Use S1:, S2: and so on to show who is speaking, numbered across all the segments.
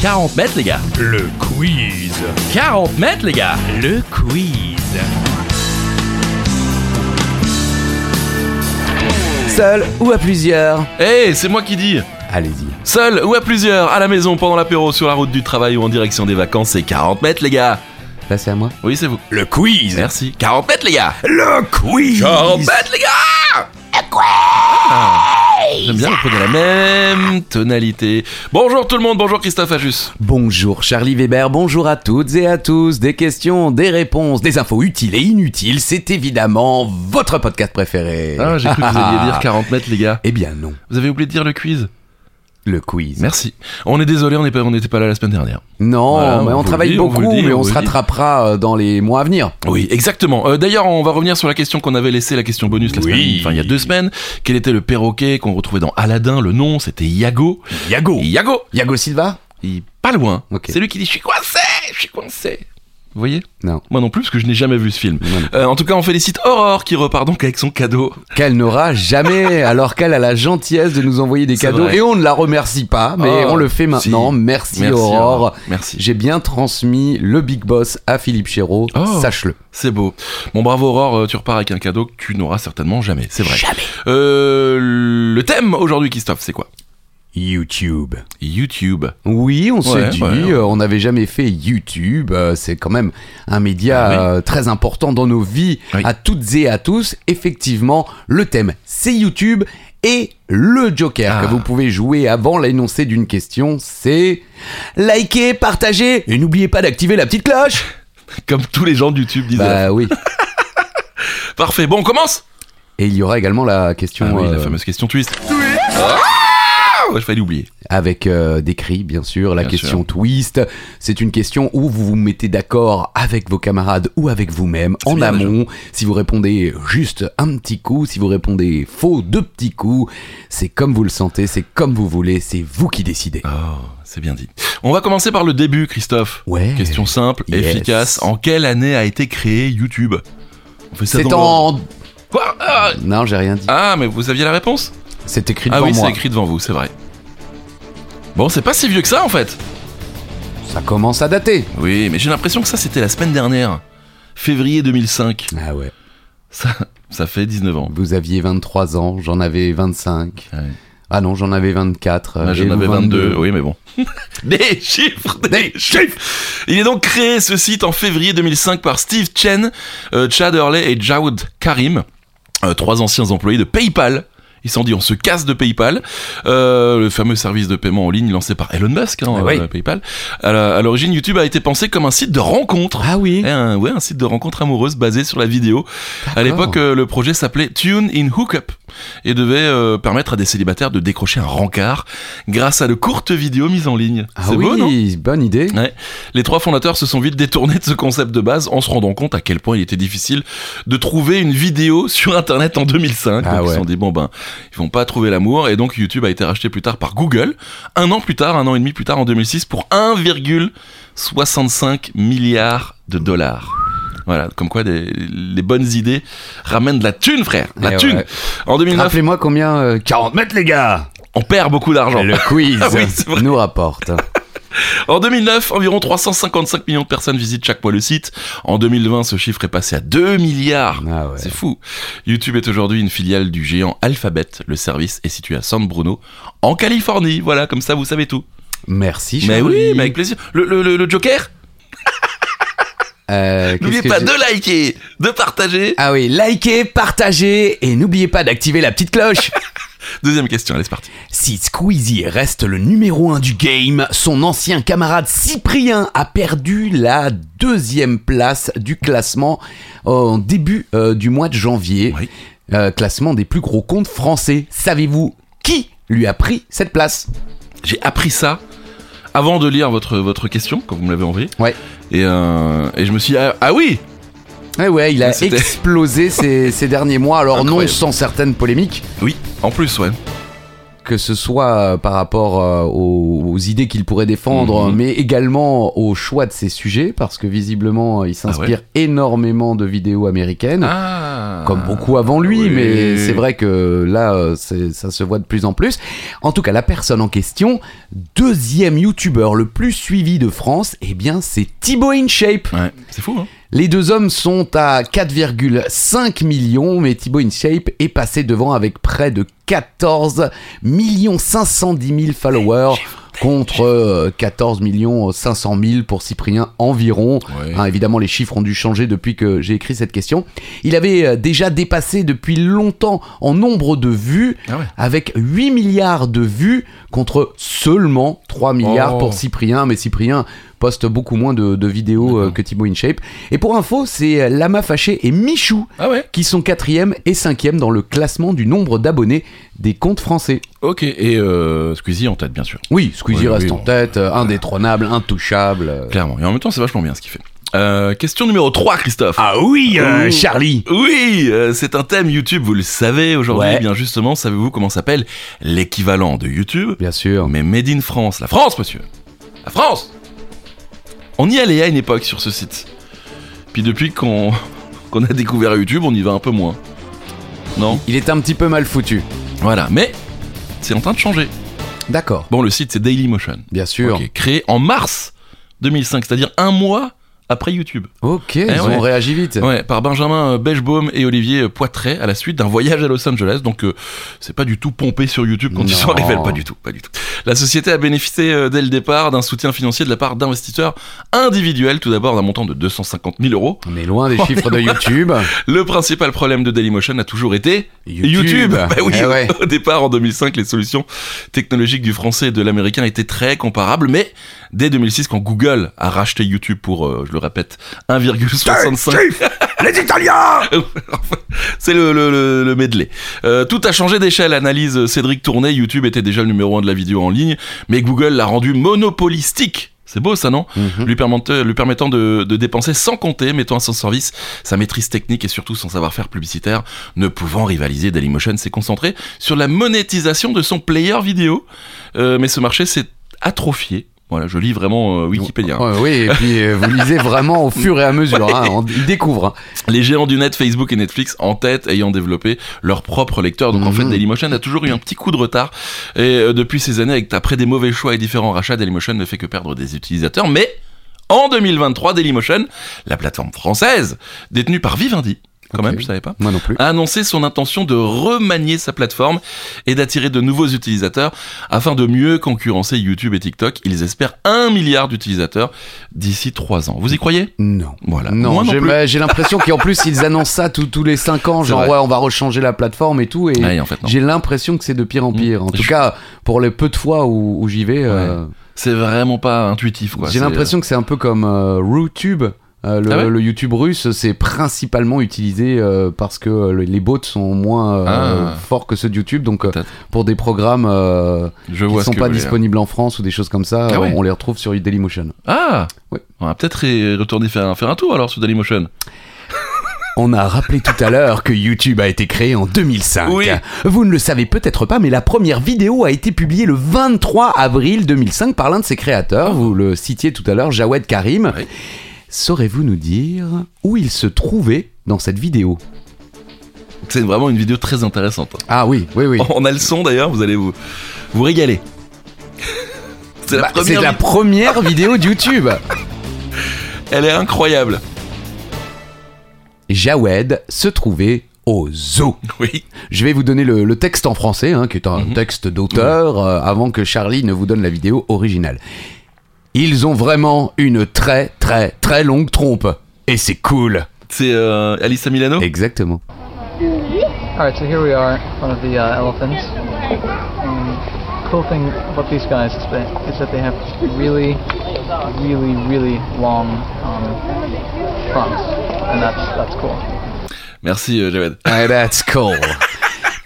S1: 40 mètres, les gars.
S2: Le quiz.
S1: 40 mètres, les gars.
S2: Le quiz.
S3: Seul ou à plusieurs
S1: Hé, Eh, c'est moi qui dis.
S3: Allez-y.
S1: Seul ou à plusieurs, à la maison, pendant l'apéro, sur la route du travail ou en direction des vacances, c'est 40 mètres, les gars.
S3: Là, c'est à moi.
S1: Oui, c'est vous.
S2: Le quiz.
S1: Merci. 40 mètres, les gars.
S2: Le quiz.
S1: 40 mètres, les gars. Ah, J'aime bien reprendre la même tonalité. Bonjour tout le monde, bonjour Christophe Ajus.
S3: Bonjour Charlie Weber, bonjour à toutes et à tous. Des questions, des réponses, des infos utiles et inutiles, c'est évidemment votre podcast préféré.
S1: Ah, j'ai cru que vous alliez dire 40 mètres, les gars.
S3: Eh bien non,
S1: Vous avez oublié de dire le quiz
S3: le quiz.
S1: Merci. On est désolé, on n'est pas- on n'était pas là la semaine dernière.
S3: Non,
S1: Voilà,
S3: mais
S1: on
S3: on,
S1: vous le
S3: travaille
S1: dit, on vous
S3: beaucoup,
S1: le dit,
S3: mais
S1: on
S3: on,
S1: vous
S3: se
S1: le dit.
S3: rattrapera euh, dans les mois à venir.
S1: Oui, exactement. Euh, D'ailleurs, on va revenir sur la question qu'on avait laissée, la question bonus la
S2: Oui.
S1: semaine, enfin il y a deux semaines. Quel était le perroquet qu'on retrouvait dans Aladdin Le nom, c'était Iago.
S2: Yago.
S1: Iago,
S3: Yago Silva
S1: il pas loin.
S3: Oh. Ok.
S1: C'est lui qui dit je suis coincé, je suis coincé. Vous voyez
S3: Non.
S1: Moi non plus, parce que je n'ai jamais vu ce film.
S3: Non, non.
S1: Euh, en tout cas, on félicite Aurore qui repart donc avec son cadeau.
S3: Qu'elle n'aura jamais, alors qu'elle a la gentillesse de nous envoyer des
S1: C'est
S3: cadeaux.
S1: vrai.
S3: Et on ne la remercie pas, mais
S1: Oh,
S3: on le fait maintenant.
S1: si.
S3: Merci,
S1: Merci,
S3: Aurore.
S1: Merci.
S3: J'ai bien transmis le big boss à Philippe Chéreau,
S1: Oh.
S3: sache-le.
S1: C'est beau. Bon, bravo Aurore, euh, tu repars avec un cadeau que tu n'auras certainement jamais. C'est vrai.
S3: Jamais.
S1: Euh, le thème aujourd'hui, Christophe, c'est quoi
S2: YouTube.
S1: YouTube.
S3: Oui, on
S1: Ouais,
S3: s'est dit,
S1: ouais, ouais.
S3: euh, on n'avait jamais fait YouTube. euh, c'est quand même un média
S1: Ah
S3: euh, très important dans nos vies,
S1: Oui.
S3: à toutes et à tous. Effectivement, le thème, c'est YouTube et le Joker
S1: Ah.
S3: que vous pouvez jouer avant l'énoncé d'une question, c'est liker, partager et n'oubliez pas d'activer la petite cloche.
S1: Comme tous les gens de YouTube disaient.
S3: Bah oui.
S1: Parfait. Bon, on commence
S3: Et il y aura également la question
S1: Ah oui, la
S3: euh,
S1: fameuse question twist. Ah ouais, je fallait l'oublier.
S3: avec euh, des cris, bien sûr, la
S1: Bien
S3: question
S1: sûr.
S3: twist. C'est une question où vous vous mettez d'accord avec vos camarades ou avec vous-même en
S1: bien,
S3: amont. Si vous répondez juste un petit coup, si vous répondez faux deux petits coups, c'est comme vous le sentez, c'est comme vous voulez, c'est vous qui décidez.
S1: Oh, c'est bien dit. On va commencer par le début, Christophe.
S3: Ouais.
S1: Question simple,
S3: Yes.
S1: efficace. En quelle année a été créé YouTube On fait ça
S3: C'est
S1: dans
S3: en.
S1: le- Quoi ah,
S3: Non, j'ai rien dit.
S1: ah, mais vous aviez la réponse
S3: C'est écrit
S1: Ah
S3: devant
S1: oui,
S3: moi.
S1: c'est écrit devant vous, c'est vrai. Bon, c'est pas si vieux que ça en fait.
S3: Ça commence à dater.
S1: Oui, mais j'ai l'impression que ça c'était la semaine dernière. Février 2005.
S3: Ah ouais.
S1: Ça, ça fait 19 ans.
S3: Vous aviez 23 ans, j'en avais 25.
S1: Ouais.
S3: Ah non, j'en avais 24.
S1: Ah,
S3: euh, et
S1: J'en
S3: vous,
S1: avais 22. oui, mais bon. des chiffres, des, chiffres Il est donc créé, ce site, en février 2005 par Steve Chen, euh, Chad Hurley et Jawed Karim, euh, trois anciens employés de PayPal. Ils s'en dit, on se casse de PayPal, Euh, le fameux service de paiement en ligne lancé par Elon Musk, hein,
S3: Ah oui.
S1: euh, PayPal. À la- à l'origine, YouTube a été pensé comme un site de rencontre.
S3: Ah oui.
S1: Et Un, ouais, un site de rencontre amoureuse basé sur la vidéo. À
S3: D'accord.
S1: l'époque, euh, le projet s'appelait Tune in Hookup et devait euh, permettre à des célibataires de décrocher un rencard grâce à de courtes vidéos mises en ligne.
S3: Ah
S1: C'est
S3: oui,
S1: beau, non
S3: bonne idée.
S1: Ouais. Les trois fondateurs se sont vite détournés de ce concept de base en se rendant compte à quel point il était difficile de trouver une vidéo sur Internet en 2005.
S3: Ah
S1: donc ils
S3: ouais.
S1: se sont dit, bon ben, ils vont pas trouver l'amour. Et donc YouTube a été racheté plus tard par Google, un an plus tard, un an et demi plus tard, en 2006, pour 1,65 milliard de dollars. Voilà, comme quoi des- les bonnes idées ramènent de la thune, frère. La
S3: Eh
S1: thune.
S3: ouais.
S1: En 2009,
S3: Rappelez-moi combien euh, 40 mètres les gars
S1: on perd beaucoup d'argent.
S3: Le quiz
S1: Ah oui, c'est vrai.
S3: nous rapporte.
S1: En 2009, environ 355 millions de personnes visitent chaque mois le site. En 2020, ce chiffre est passé à 2 milliards.
S3: Ah ouais.
S1: C'est fou. YouTube est aujourd'hui une filiale du géant Alphabet. Le service est situé à San Bruno, en Californie. Voilà, comme ça vous savez tout.
S3: Merci
S1: Mais
S3: Charlie.
S1: oui, mais avec plaisir. Le, le- le- le Joker,
S3: Euh, qu'est-ce
S1: n'oubliez
S3: que
S1: pas
S3: j'ai-
S1: de liker, de partager.
S3: Ah oui, likez, partagez et n'oubliez pas d'activer la petite cloche.
S1: Deuxième question, allez, c'est parti.
S3: si Squeezie reste le numéro 1 du game, son ancien camarade Cyprien a perdu la deuxième place du classement en début euh, du mois de janvier.
S1: Oui.
S3: Euh, classement des plus gros comptes français. Savez-vous qui lui a pris cette place
S1: J'ai appris ça avant de lire votre, votre question, quand vous me l'avez envoyée.
S3: Ouais.
S1: Et, euh, et je me suis dit, ah, ah oui,
S3: Ouais, Eh ouais, il a
S1: C'était-
S3: explosé ces, ces derniers mois, alors non
S1: Incroyable.
S3: sans certaines polémiques.
S1: oui, en plus, ouais.
S3: que ce soit euh, par rapport euh, aux, aux idées qu'il pourrait défendre,
S1: Mhm.
S3: mais également au choix de ses sujets, parce que visiblement, euh, il s'inspire énormément de vidéos américaines.
S1: Ah.
S3: Comme beaucoup avant lui,
S1: Oui.
S3: mais c'est vrai que là, euh, c'est- ça se voit de plus en plus. En tout cas, la personne en question, deuxième youtubeur le plus suivi de France, eh bien, c'est Thibaut InShape.
S1: Ouais, c'est fou, hein
S3: Les deux hommes sont à 4,5 millions, mais Thibaut InShape est passé devant avec près de 14 510 000 followers contre euh, 14 500 000 pour Cyprien environ.
S1: Ouais.
S3: Hein, évidemment, les chiffres ont dû changer depuis que j'ai écrit cette question. Il avait euh, déjà dépassé depuis longtemps en nombre de vues,
S1: Ah ouais.
S3: avec 8 milliards de vues contre seulement 3 milliards
S1: Oh.
S3: pour Cyprien. Mais Cyprien poste beaucoup moins de, de vidéos euh,
S1: D'accord.
S3: que Thibaut InShape. Et pour info, c'est euh, Lama Fâché et Michou
S1: Ah ouais
S3: qui sont quatrième et cinquième dans le classement du nombre d'abonnés des comptes français.
S1: Ok, et euh, Squeezie en tête, bien sûr.
S3: Oui, Squeezie
S1: Oui, oui,
S3: reste en
S1: bon.
S3: tête, euh, indétrônable, intouchable. euh.
S1: Clairement. Et en même temps, c'est vachement bien ce qu'il fait. Euh, question numéro 3, Christophe.
S2: Ah oui, euh,
S1: Ouh.
S2: Charlie.
S1: Oui, euh, c'est un thème YouTube, vous le savez aujourd'hui.
S3: Ouais.
S1: Bien justement, savez-vous comment s'appelle l'équivalent de YouTube
S3: Bien sûr.
S1: Mais Made in France, la France, monsieur La France On y allait à une époque sur ce site. Puis depuis qu'on qu'on a découvert YouTube, on y va un peu moins. Non
S3: Il est un petit peu mal foutu.
S1: Voilà, mais c'est en train de changer.
S3: D'accord.
S1: Bon, le site c'est Dailymotion,
S3: Bien sûr.
S1: qui est créé en mars 2005, c'est-à-dire un mois après YouTube.
S3: Ok, ils
S1: Eh ouais.
S3: ont réagi vite.
S1: Ouais, par Benjamin euh, Bechbaum et Olivier euh, Poitret à la suite d'un voyage à Los Angeles. Donc euh, c'est pas du tout pompé sur YouTube quand ils
S3: Non.
S1: s'en révèlent, pas du tout, pas du tout. La société a bénéficié euh, dès le départ d'un soutien financier de la part d'investisseurs individuels, tout d'abord d'un montant de 250 000 euros.
S3: On est loin des
S1: On
S3: chiffres de YouTube.
S1: Le principal problème de Dailymotion a toujours été YouTube. Bah oui,
S3: Eh ouais.
S1: au départ en 2005, les solutions technologiques du français et de l'américain étaient très comparables, mais dès 2006, quand Google a racheté YouTube pour, euh, je le répète,
S3: Ah,
S1: 1,65
S2: Les Italiens
S1: C'est le, le, le, le medley. Euh, tout a changé d'échelle, analyse Cédric Tournet. YouTube était déjà le numéro un de la vidéo en ligne, mais Google l'a rendu monopolistique. C'est beau ça, non
S3: Mhm.
S1: lui permettant, lui permettant de, de dépenser sans compter, mettant à son service sa maîtrise technique et surtout son savoir-faire publicitaire. Ne pouvant rivaliser, Dailymotion s'est concentré sur la monétisation de son player vidéo. Euh, mais ce marché s'est atrophié. Voilà, je lis vraiment euh, Wikipédia. hein.
S3: Ouais, oui, et puis euh, vous lisez vraiment au fur et à mesure. hein, on- ils découvrent. hein.
S1: Les géants du net, Facebook et Netflix, en tête, ayant développé leur propre lecteur. Donc en fait,
S3: Mhm.
S1: Dailymotion a toujours eu un petit coup de retard. Et euh, depuis ces années, avec- après des mauvais choix et différents rachats, Dailymotion ne fait que perdre des utilisateurs. Mais en 2023, Dailymotion, la plateforme française, détenue par Vivendi, quand
S3: Ok.
S1: même, je savais pas
S3: Moi non plus.
S1: a annoncé son intention de remanier sa plateforme et d'attirer de nouveaux utilisateurs afin de mieux concurrencer YouTube et TikTok. Ils espèrent un milliard d'utilisateurs d'ici trois ans. Vous y croyez
S3: Non.
S1: Voilà.
S3: Non,
S1: Moi non
S3: j'ai
S1: plus.
S3: bah, j'ai l'impression qu'en plus ils annoncent ça tous- tous les 5 ans,
S1: C'est
S3: genre
S1: vrai.
S3: ouais on va rechanger la plateforme et tout, et
S1: Ouais, Ah, en fait, non.
S3: j'ai l'impression que c'est de pire en
S1: Mm.
S3: pire. En tout
S1: Je-
S3: cas, pour les peu de fois où, où j'y vais, euh,
S1: C'est vraiment pas intuitif, quoi.
S3: j'ai
S1: C'est-
S3: l'impression que c'est un peu comme euh, RuTube. Euh, le,
S1: Ah ouais
S3: le YouTube russe, c'est principalement utilisé euh, parce que euh, les bots sont moins euh,
S1: Ah.
S3: forts que ceux de YouTube, donc euh,
S1: Peut-être.
S3: pour des programmes euh,
S1: Je
S3: qui
S1: vois
S3: ne
S1: ce
S3: sont
S1: que
S3: pas
S1: vous voulez. hein.
S3: disponibles en France ou des choses comme ça,
S1: Ah ouais.
S3: on les retrouve sur Dailymotion.
S1: Ah
S3: Ouais.
S1: On va peut-être y retourner faire, un- faire un tour alors sur Dailymotion.
S3: On a rappelé tout à l'heure que YouTube a été créé en 2005.
S1: Oui.
S3: Vous ne le savez peut-être pas, mais la première vidéo a été publiée le 23 avril 2005 par l'un de ses créateurs, vous le citiez tout à l'heure, Jawed Karim.
S1: Oui.
S3: Saurez-vous nous dire où il se trouvait dans cette vidéo
S1: C'est vraiment une vidéo très intéressante.
S3: Ah oui, oui, oui.
S1: On a le son d'ailleurs, vous allez vous, vous régaler. C'est la
S3: Bah, C'est
S1: première.
S3: la
S1: vi-
S3: première vidéo de YouTube.
S1: Elle est incroyable.
S3: Jawed se trouvait au zoo.
S1: Oui.
S3: Je vais vous donner le, le texte en français, hein, qui est un
S1: Mhm.
S3: texte d'auteur, euh, avant que Charlie ne vous donne la vidéo originale. Ils ont vraiment une très très très longue trompe. Et c'est cool.
S1: C'est euh, Alissa Milano
S3: Exactement.
S4: All right, so here we are, one of the uh, elephants. And cool thing about these guys is that, is that they have really, really, really long um, fronts, and that's that's cool.
S1: Merci euh, Javed.
S3: Ah, that's cool.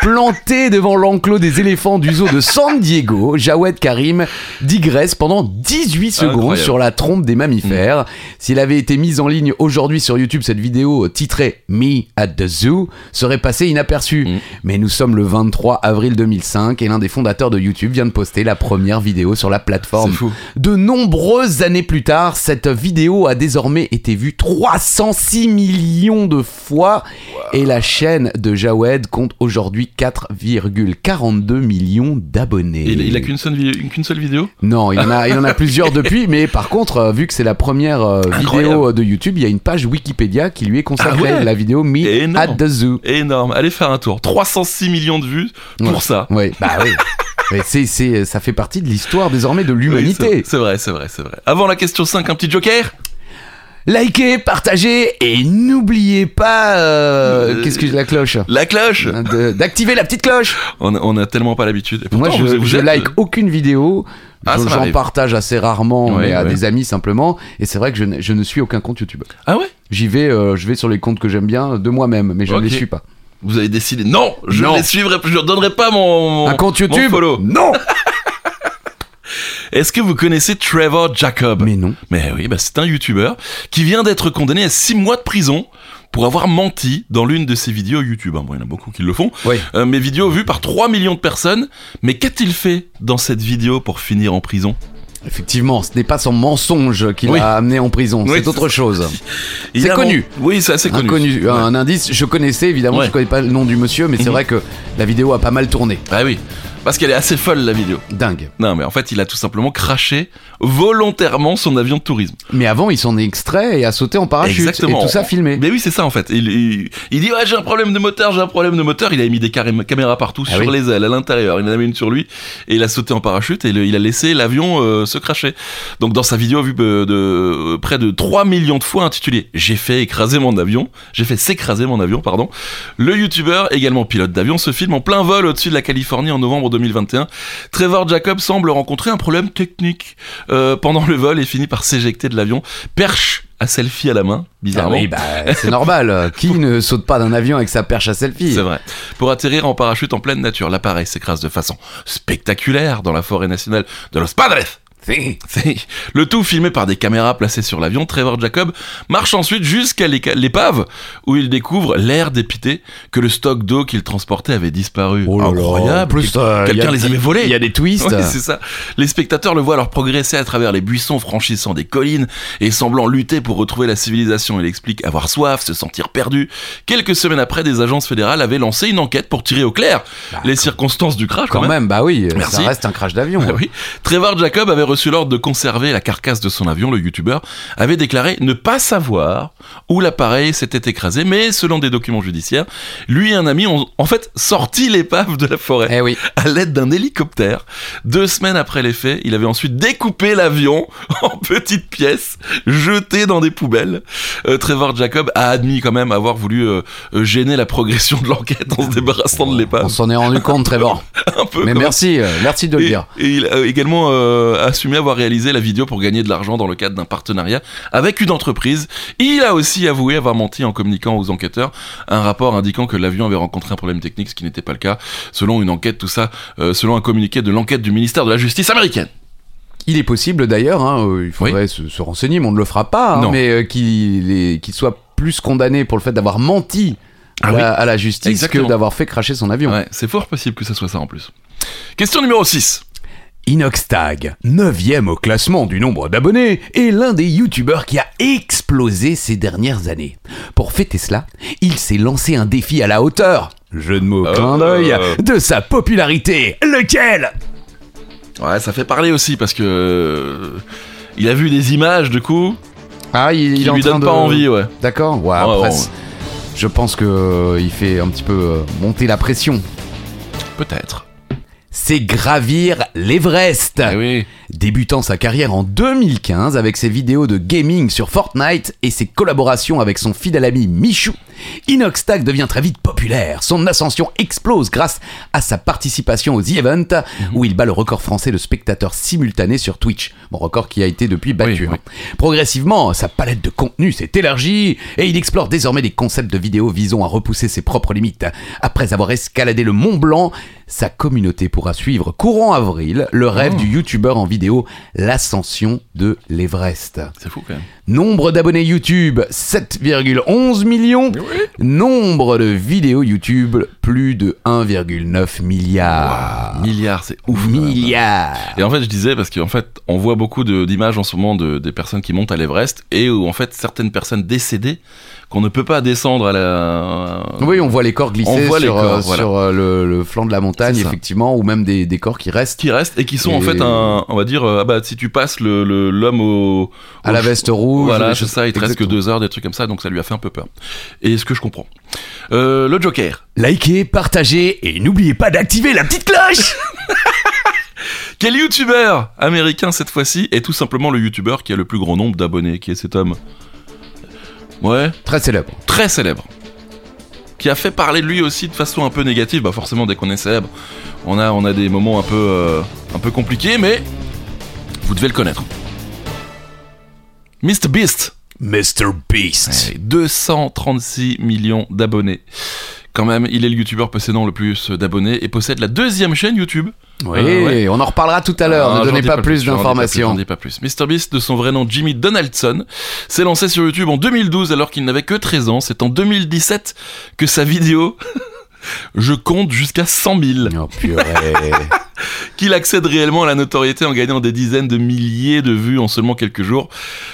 S3: Planté devant l'enclos des éléphants du zoo de San Diego, Jawed Karim digresse pendant 18 secondes
S1: Incroyable. Mm.
S3: sur la trompe des mammifères. S'il avait été mise en ligne aujourd'hui sur YouTube, cette vidéo euh, titrée Me at the Zoo serait passée inaperçue.
S1: Mm.
S3: Mais nous sommes le 23 avril 2005 et l'un des fondateurs de YouTube vient de poster la première vidéo sur la plateforme.
S1: C'est fou.
S3: De nombreuses années plus tard, cette vidéo a désormais été vue 306 millions de fois et la chaîne de Jawed compte aujourd'hui 4,42 millions d'abonnés.
S1: Il, il a qu'une seule, vi- qu'une seule vidéo
S3: Non, il en a, il en a plusieurs depuis, mais par contre, euh, vu que c'est la première euh, vidéo
S1: Incroyable.
S3: euh, de YouTube, il y a une page Wikipédia qui lui est consacrée.
S1: Ah ouais
S3: la vidéo Me
S1: Énorme.
S3: at the Zoo.
S1: Énorme, allez faire un tour. 306 millions de vues pour
S3: Ouais.
S1: ça.
S3: Oui, bah oui. Mais c'est, c'est, ça fait partie de l'histoire désormais de l'humanité.
S1: Oui, c'est- c'est vrai, c'est vrai, c'est vrai. Avant la question 5, un petit joker
S3: Likez, partagez et n'oubliez pas. euh,
S1: Euh,
S3: Qu'est-ce que j'ai la cloche
S1: La cloche
S3: De- D'activer la petite cloche
S1: on, a- on a tellement pas l'habitude. Et pourtant,
S3: Moi, je,
S1: vous- vous
S3: je
S1: êtes- euh,
S3: like aucune vidéo.
S1: Ah,
S3: Je-
S1: ça
S3: J'en
S1: m'arrive.
S3: partage assez rarement,
S1: Ouais,
S3: mais à
S1: ouais.
S3: des amis simplement. Et c'est vrai que je, ne- je ne suis aucun compte YouTube.
S1: Ah ouais
S3: J'y vais, euh, je vais sur les comptes que j'aime bien euh, de moi-même, mais je ne les
S1: Ok.
S3: suis pas.
S1: Vous avez décidé. Non Je
S3: Non.
S1: ne les suivrai je ne donnerai pas mon. mon-
S3: Un compte YouTube
S1: Mon follow. Ah
S3: Non
S1: Est-ce que vous connaissez Trevor Jacob
S3: Mais non.
S1: Mais oui, bah c'est un youtubeur qui vient d'être condamné à 6 mois de prison pour avoir menti dans l'une de ses vidéos YouTube. Hein, Bon, il y en a beaucoup qui le font.
S3: Oui.
S1: Euh, mes vidéos vues par 3 millions de personnes. Mais qu'a-t-il fait dans cette vidéo pour finir en prison
S3: Effectivement, ce n'est pas son mensonge qui
S1: Oui.
S3: l'a amené en prison,
S1: Oui,
S3: c'est autre chose.
S1: Il
S3: C'est
S1: a
S3: connu.
S1: mon- Oui, c'est assez
S3: Un,
S1: connu.
S3: connu-
S1: Ouais.
S3: un indice, je connaissais évidemment,
S1: Ouais.
S3: je ne connais pas le nom du monsieur, mais c'est
S1: Mhm.
S3: vrai que la vidéo a pas mal tourné.
S1: Ah oui, parce qu'elle est assez folle la vidéo.
S3: Dingue.
S1: Non, mais en fait, il a tout simplement craché volontairement son avion de tourisme.
S3: Mais avant, il s'en est extrait et a sauté en parachute.
S1: Exactement.
S3: Et tout ça filmé.
S1: Mais oui, c'est ça en fait. Il, il- il dit ouais, j'ai un problème de moteur, j'ai un problème de moteur. Il a mis des carré- caméras partout,
S3: Ah
S1: sur
S3: oui.
S1: les ailes, à l'intérieur. Il en a mis une sur lui et il a sauté en parachute et le- il a laissé l'avion euh, se cracher. Donc dans sa vidéo vue euh, de, de- près de 3 millions de fois intitulée J'ai fait écraser mon avion, j'ai fait s'écraser mon avion, pardon. Le youtubeur, également pilote d'avion, se filme en plein vol au-dessus de la Californie en novembre 2021. Trevor Jacob semble rencontrer un problème technique euh, pendant le vol et finit par s'éjecter de l'avion, perche à selfie à la main,
S3: Ah
S1: bizarrement.
S3: oui, bah, c'est normal. Qui ne saute pas d'un avion avec sa perche à selfie
S1: C'est vrai. Pour atterrir en parachute en pleine nature, l'appareil s'écrase de façon spectaculaire dans la forêt nationale de Los Padres.
S3: Si.
S1: Si. Le tout filmé par des caméras placées sur l'avion, Trevor Jacob marche ensuite jusqu'à l'éca- l'épave où il découvre l'air dépité que le stock d'eau qu'il transportait avait disparu.
S3: Oh là là. En
S1: Incroyable.
S3: plus, euh,
S1: Quelqu'un
S3: y a-
S1: les avait volés.
S3: Il y a des twists.
S1: Ouais, c'est ça. Les spectateurs le voient alors progresser à travers les buissons, franchissant des collines et semblant lutter pour retrouver la civilisation. Il explique avoir soif, se sentir perdu. Quelques semaines après, des agences fédérales avaient lancé une enquête pour tirer au clair les circonstances du crash.
S3: Bah, quand
S1: quand
S3: même. bah oui, ça
S1: Merci.
S3: reste un crash d'avion.
S1: ah oui. Trevor Jacob avait reçu l'ordre de conserver la carcasse de son avion. Le youtubeur avait déclaré ne pas savoir où l'appareil s'était écrasé, mais selon des documents judiciaires, lui et un ami ont en fait sorti l'épave de la forêt
S3: Eh oui.
S1: à l'aide d'un hélicoptère. Deux semaines après les faits, il avait ensuite découpé l'avion en petites pièces, jeté dans des poubelles. Euh, Trevor Jacob a admis quand même avoir voulu euh, euh, gêner la progression de l'enquête en se débarrassant de
S3: On
S1: l'épave.
S3: s'en est rendu compte, Trevor.
S1: Un peu quand
S3: Mais
S1: même.
S3: merci, euh, merci de le
S1: Et,
S3: dire.
S1: et il a également euh, assumé avoir réalisé la vidéo pour gagner de l'argent dans le cadre d'un partenariat avec une entreprise. Il a aussi avoué avoir menti en communiquant aux enquêteurs un rapport indiquant que l'avion avait rencontré un problème technique, ce qui n'était pas le cas, selon une enquête, tout ça, euh, selon un communiqué de l'enquête du ministère de la Justice américaine.
S3: Il est possible d'ailleurs, hein, euh, il faudrait se, se renseigner, mais on ne le fera pas, hein,
S1: Non.
S3: mais euh, qu'il est- qu'il soit plus condamné pour le fait d'avoir menti
S1: Ah
S3: à,
S1: oui.
S3: la, à la justice
S1: Exactement.
S3: que d'avoir fait cracher son avion.
S1: Ouais, c'est fort possible que ça soit ça en plus. Question numéro 6.
S3: Inoxtag, 9 au classement du nombre d'abonnés, est l'un des youtubeurs qui a explosé ces dernières années. Pour fêter cela, il s'est lancé un défi à la hauteur, jeu de mots, clin d'œil, de sa popularité. Lequel
S1: Ouais, ça fait parler aussi parce que euh, il a vu des images du coup
S3: Ah, il,
S1: qui
S3: il est en
S1: lui
S3: train
S1: donnent
S3: de-
S1: pas envie, ouais.
S3: D'accord Ouais,
S1: Ouais,
S3: après,
S1: bon.
S3: c'est- je pense que euh, il fait un petit peu euh, monter la pression.
S1: Peut-être.
S3: C'est gravir l'Everest.
S1: Eh oui.
S3: débutant sa carrière en 2015 avec ses vidéos de gaming sur Fortnite et ses collaborations avec son fidèle ami Michou. Inoxtag devient très vite populaire. Son ascension explose grâce à sa participation aux The Event
S1: Mhm.
S3: où il bat le record français de spectateurs simultanés sur Twitch. Mon record qui a été depuis battu.
S1: Oui,
S3: hein. Progressivement, sa palette de contenu s'est élargie et il explore désormais des concepts de vidéos visant à repousser ses propres limites. Après avoir escaladé le Mont Blanc, sa communauté pourra suivre courant avril le rêve du youtubeur en vidéo, l'ascension de l'Everest.
S1: C'est fou quand même.
S3: Nombre d'abonnés YouTube, 7,11 millions. Nombre de vidéos YouTube, plus de 1,9 milliard.
S1: Milliards, c'est
S3: Ou
S1: ouf. quand même.
S3: milliard.
S1: Et en fait, je disais, parce qu'en fait, on voit beaucoup de- d'images en ce moment de, des personnes qui montent à l'Everest et où en fait, certaines personnes décédées qu'on ne peut pas descendre à la.
S3: Oui, Euh, on voit les corps glisser
S1: On voit les
S3: sur, euh,
S1: corps, voilà.
S3: sur, euh, le, le flanc de la montagne,
S1: C'est ça.
S3: effectivement, ou même des, des corps qui restent
S1: Qui restent et qui sont en
S3: Et-
S1: fait un. On va dire, euh, ah bah, si tu passes l'homme le, l'homme au.
S3: à
S1: au-
S3: la veste rouge.
S1: Voilà,
S3: des
S1: c'est
S3: choses-
S1: ça, il te reste que
S3: Exactement.
S1: deux heures, des trucs comme ça, donc ça lui a fait un peu peur. Et ce que je comprends. Euh, le Joker.
S3: Likez, partagez et n'oubliez pas d'activer la petite cloche.
S1: Quel youtubeur américain cette fois-ci est tout simplement le youtubeur qui a le plus grand nombre d'abonnés, qui est cet homme Ouais,
S3: Très célèbre.
S1: très célèbre. Qui a fait parler de lui aussi de façon un peu négative, bah forcément dès qu'on est célèbre, on a, on a des moments un peu, euh, un peu compliqués, mais vous devez le connaître. Mr Beast
S2: Mr. Beast.
S3: Eh
S1: Ouais, 236 millions d'abonnés. Quand même, il est le youtubeur possédant le plus d'abonnés et possède la deuxième chaîne YouTube
S3: Oui,
S1: Euh, ouais.
S3: on en reparlera tout à l'heure.
S1: Ah,
S3: ne
S1: j'en
S3: donnez
S1: dis
S3: pas, plus
S1: j'en dis pas j'en
S3: d'informations.
S1: dis pas plus. MrBeast, de son vrai nom Jimmy Donaldson, s'est lancé sur YouTube en 2012 alors qu'il n'avait que 13 ans. C'est en 2017 que sa vidéo Je compte jusqu'à 100 000
S3: Oh purée.
S1: qu'il accède réellement à la notoriété en gagnant des dizaines de milliers de vues en seulement quelques jours.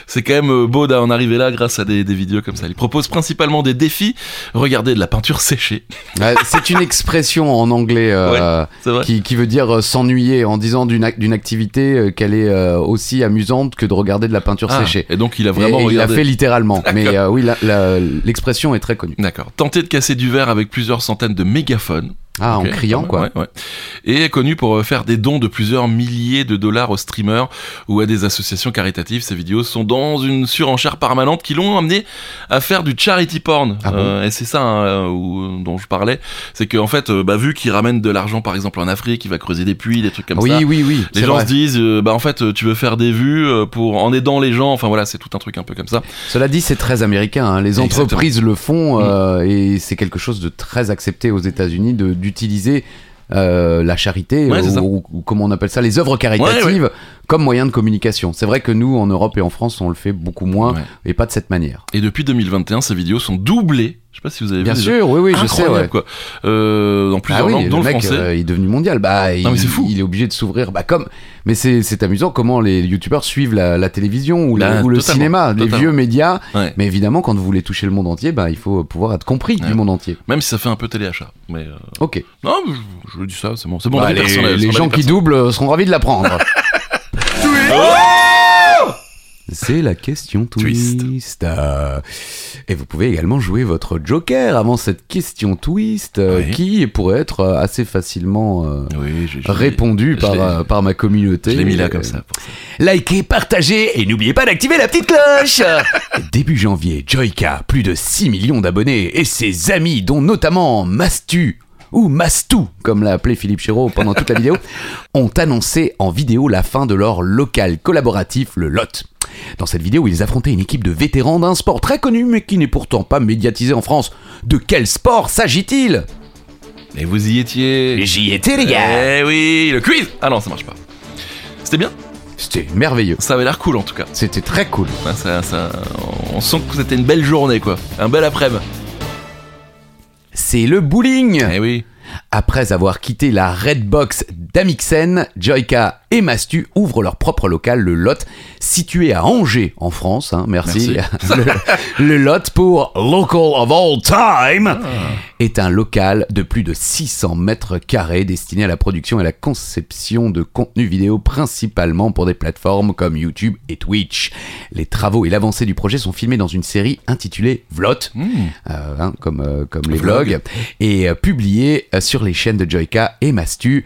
S1: C'est quand même euh, beau d'en arriver là grâce à des, des vidéos comme ça. Il propose principalement des défis. Regardez de la peinture séchée,
S3: Ouais, Euh, c'est une expression en anglais euh,
S1: c'est vrai.
S3: qui, qui veut dire euh, s'ennuyer en disant d'une ac- d'une activité euh, qu'elle est euh, aussi amusante que de regarder de la peinture
S1: Ah,
S3: séchée.
S1: et donc il a
S3: Et-
S1: vraiment
S3: et il l'a
S1: regardé.
S3: fait littéralement. Mais euh, oui, la- la- l'expression est très connue.
S1: D'accord. Tenter de casser du verre avec plusieurs centaines de mégaphones.
S3: Ah,
S1: Ok,
S3: en criant
S1: ouais,
S3: quoi.
S1: ouais, ouais. Et est connu pour euh, faire des dons de plusieurs milliers de dollars aux streamers ou à des associations caritatives. Ses vidéos sont dans une surenchère permanente qui l'ont amené à faire du charity porn.
S3: Ah bon
S1: Euh, et c'est ça hein, où- dont je parlais. C'est qu'en fait, euh, bah, vu qu'il ramène de l'argent par exemple en Afrique, il va creuser des puits, des trucs comme
S3: oui,
S1: ça.
S3: oui, oui,
S1: Les
S3: c'est
S1: gens
S3: vrai.
S1: se disent, euh, bah en fait, euh, tu veux faire des vues euh, pour en aidant les gens. Enfin voilà, c'est tout un truc un peu comme ça.
S3: Cela dit, c'est très américain. hein. Les
S1: Exactement. Mm.
S3: entreprises le font euh, et c'est quelque chose de très accepté aux États-Unis de- d'utiliser euh, la charité
S1: Ouais, c'est ça.
S3: ou, ou comment on appelle ça, les œuvres caritatives comme moyen de communication. C'est vrai que nous, en Europe et en France, on le fait beaucoup moins
S1: Ouais.
S3: et pas de cette manière.
S1: Et depuis 2021, ses vidéos sont doublées. Je sais pas si vous avez
S3: Bien
S1: vu. déjà.
S3: sûr, oui, oui, je sais.
S1: Incroyable,
S3: Ouais.
S1: quoi. Euh, dans
S3: Ah
S1: plusieurs
S3: oui,
S1: langues, dont
S3: le
S1: le,
S3: mec
S1: français.
S3: euh, il est devenu mondial. Bah, il,
S1: mais c'est fou.
S3: il est obligé de s'ouvrir. Bah, comme, mais c'est c'est amusant comment les youtubeurs suivent la, la télévision ou,
S1: Bah,
S3: le, ou le
S1: totalement,
S3: cinéma, les
S1: totalement.
S3: vieux médias.
S1: Ouais.
S3: Mais évidemment, quand vous voulez toucher le monde entier, bah, il faut pouvoir être compris
S1: Ouais.
S3: du monde entier.
S1: Même si ça fait un peu téléachat. Mais euh,
S3: Ok.
S1: non, mais je, je dis ça, c'est bon. C'est bon,
S3: Bah,
S1: avis
S3: les
S1: personnel,
S3: les
S1: c'est mon
S3: gens
S1: avis
S3: qui
S1: personnel.
S3: doublent euh, seront ravis de l'apprendre. C'est la question twist.
S1: Twist.
S3: Euh, Et vous pouvez également jouer votre joker avant cette question twist euh,
S1: Oui.
S3: qui pourrait être euh, assez facilement euh,
S1: Oui, j'ai j'ai-
S3: répondue
S1: je
S3: par,
S1: l'ai-
S3: euh, par ma communauté.
S1: Je l'ai mis là comme
S3: Euh,
S1: ça. pour ça.
S3: Likez, partagez et n'oubliez pas d'activer la petite cloche Début janvier, Joyka, plus de 6 millions d'abonnés et ses amis, dont notamment Mastu ou Mastou, comme l'a appelé Philippe Chéreau pendant toute la vidéo, ont annoncé en vidéo la fin de leur local collaboratif, le LOT. Dans cette vidéo, ils affrontaient une équipe de vétérans d'un sport très connu mais qui n'est pourtant pas médiatisé en France. De quel sport s'agit-il
S1: Et vous y étiez.
S3: J'y étais les gars
S1: Eh oui, le quiz Ah non, ça marche pas. C'était bien.
S3: C'était merveilleux.
S1: Ça avait l'air cool en tout cas.
S3: C'était très cool.
S1: Enfin, ça, ça- on sent que c'était une belle journée quoi. Un bel après-midi.
S3: C'est le bowling
S1: Eh oui.
S3: Après avoir quitté la Redbox d'Amixen, Joyka et Mastu ouvrent leur propre local, le Lot, situé à Angers, en France. hein, merci. le, le Lot pour Local of All Time est un local de plus de 600 mètres carrés destiné à la production et la conception de contenu vidéo principalement pour des plateformes comme YouTube et Twitch. Les travaux et l'avancée du projet sont filmés dans une série intitulée Vlot,
S1: Mmh.
S3: euh, hein, comme, euh, comme les
S1: Vlog.
S3: vlogs, et euh, publié euh, sur les chaînes de Joyka et Mastu.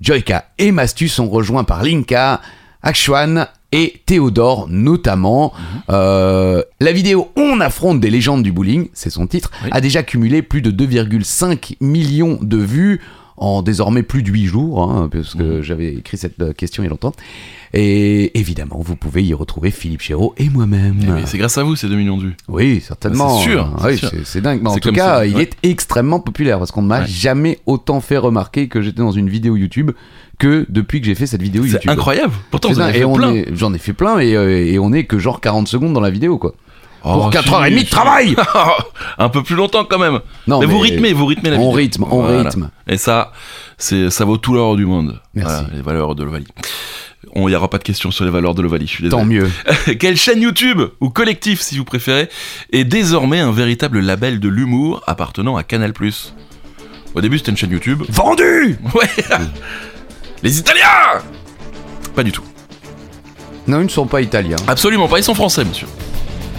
S3: Joyka et Mastu sont rejoints par Linka, Akshuan et Théodore notamment.
S1: Mhm.
S3: Euh, la vidéo On affronte des légendes du bowling, c'est son titre,
S1: Oui.
S3: a déjà cumulé plus de 2,5 millions de vues en désormais plus de 8 jours, hein, parce que
S1: Mhm.
S3: j'avais écrit cette euh, question il y a longtemps. Et évidemment, vous pouvez y retrouver Philippe Chéreau et moi-même.
S1: Eh ben, C'est grâce à vous ces 2 millions de vues.
S3: Oui, certainement.
S1: Ah,
S3: Ah
S1: C'est sûr, c'est
S3: Oui,
S1: sûr.
S3: c'est- c'est dingue. Mais en
S1: C'est
S3: tout
S1: comme
S3: cas,
S1: ça,
S3: il
S1: ouais.
S3: est extrêmement populaire parce qu'on ne m'a
S1: Ouais.
S3: jamais autant fait remarquer que j'étais dans une vidéo YouTube que depuis que j'ai fait cette vidéo
S1: C'est
S3: YouTube.
S1: incroyable. Pourtant,
S3: C'est
S1: vous en avez
S3: dingue. Et
S1: fait
S3: on
S1: plein.
S3: est- J'en ai fait plein et, euh, et on est que genre 40 secondes dans la vidéo quoi.
S1: Oh,
S3: Pour 4
S1: si,
S3: h 30 de
S1: si.
S3: travail
S1: Un peu plus longtemps quand même.
S3: Non,
S1: mais, vous rythmez, vous rythmez la
S3: On
S1: vidéo.
S3: rythme, on
S1: Voilà.
S3: rythme.
S1: Et ça, c'est, ça vaut tout l'or du monde.
S3: Merci.
S1: Voilà, les valeurs de l'Ovalie. On n'y aura pas de question sur les valeurs de l'Ovalie, je suis
S3: Tant
S1: désolé.
S3: mieux.
S1: Quelle chaîne YouTube, ou collectif si vous préférez, est désormais un véritable label de l'humour appartenant à Canal+. Au début, c'était une chaîne YouTube.
S3: Vendu
S1: Ouais Les Italiens Pas du tout.
S3: Non, ils ne sont pas italiens.
S1: Absolument pas, ils sont français, monsieur.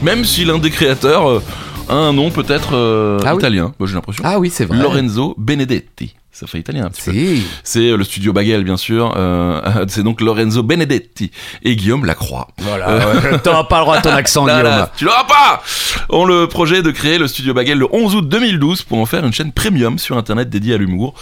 S1: Même si l'un des créateurs euh, a un nom peut-être euh,
S3: Ah oui.
S1: italien, Moi, j'ai l'impression.
S3: Ah oui, c'est vrai.
S1: Lorenzo Benedetti. Ça fait italien un petit peu.
S3: Si.
S1: C'est euh, le studio Bagel, bien sûr. Euh, c'est donc Lorenzo Benedetti et Guillaume Lacroix.
S3: Voilà. euh, T'auras pas le droit à ton accent,
S1: Là,
S3: Guillaume.
S1: là, tu l'auras pas Ont le projet de créer le studio Bagel le 11 août 2012 pour en faire une chaîne premium sur Internet dédiée à l'humour.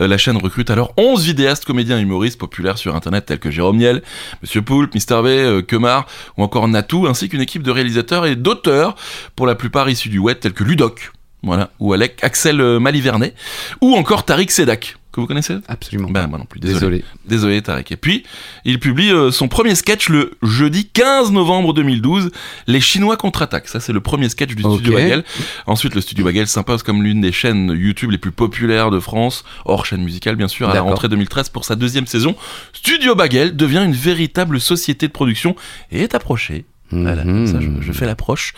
S1: Euh, la chaîne recrute alors 11 vidéastes, comédiens et humoristes populaires sur Internet tels que Jérôme Niel, Monsieur Poulpe, Mister V, euh, Kemar ou encore Natou, ainsi qu'une équipe de réalisateurs et d'auteurs, pour la plupart issus du web tels que Ludoc, voilà, ou Alec, Axel euh, Malivernet, ou encore Tariq Sedak, que vous connaissez
S3: Absolument.
S1: ben moi non plus, désolé.
S3: Désolé.
S1: Désolé Tarek. Et puis, il publie euh, son premier sketch le jeudi 15 novembre 2012, Les Chinois contre-attaque. Ça, c'est le premier sketch du
S3: Ok.
S1: Studio Bagel. Ensuite, le Studio Bagel s'impose comme l'une des chaînes YouTube les plus populaires de France, hors chaîne musicale bien sûr, à la
S3: D'accord.
S1: rentrée 2013 pour sa deuxième saison. Studio Bagel devient une véritable société de production et est approché. Voilà,
S3: Mhm.
S1: ça, je, je fais l'approche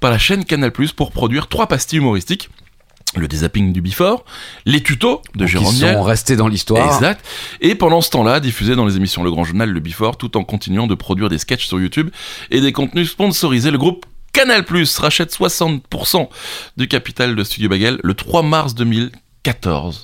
S1: par la chaîne Canal+ pour produire trois pastilles humoristiques le dézapping du Before, les tutos de
S3: Qui
S1: Jérôme Niel,
S3: sont restés dans l'histoire.
S1: Exact. Et pendant ce temps-là, diffusé dans les émissions Le Grand Journal, Le Before, tout en continuant de produire des sketchs sur YouTube et des contenus sponsorisés, le groupe Canal Plus rachète 60% du capital de Studio Bagel le 3 mars 2014.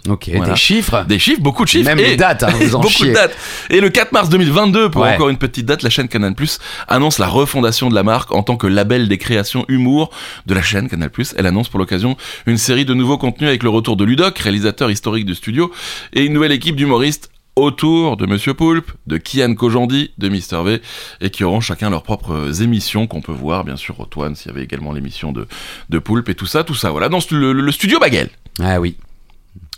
S3: Ok,
S1: Voilà.
S3: des chiffres.
S1: Des chiffres, beaucoup de chiffres.
S3: Même
S1: et
S3: les dates, hein, vous en
S1: beaucoup
S3: chiez.
S1: de dates. Et le 4 mars 2022, pour
S3: Ouais.
S1: encore une petite date, la chaîne Canal Plus annonce la refondation de la marque en tant que label des créations humour de la chaîne Canal Plus. Elle annonce pour l'occasion une série de nouveaux contenus avec le retour de Ludoc, réalisateur historique du studio, et une nouvelle équipe d'humoristes autour de Monsieur Poulpe, de Kian Kojandi, de Mister V, et qui auront chacun leurs propres émissions qu'on peut voir, bien sûr, au Toine, s'il y avait également l'émission de, de Poulpe et tout ça, tout ça, voilà, dans le, le- le studio Bagel.
S3: Ah oui.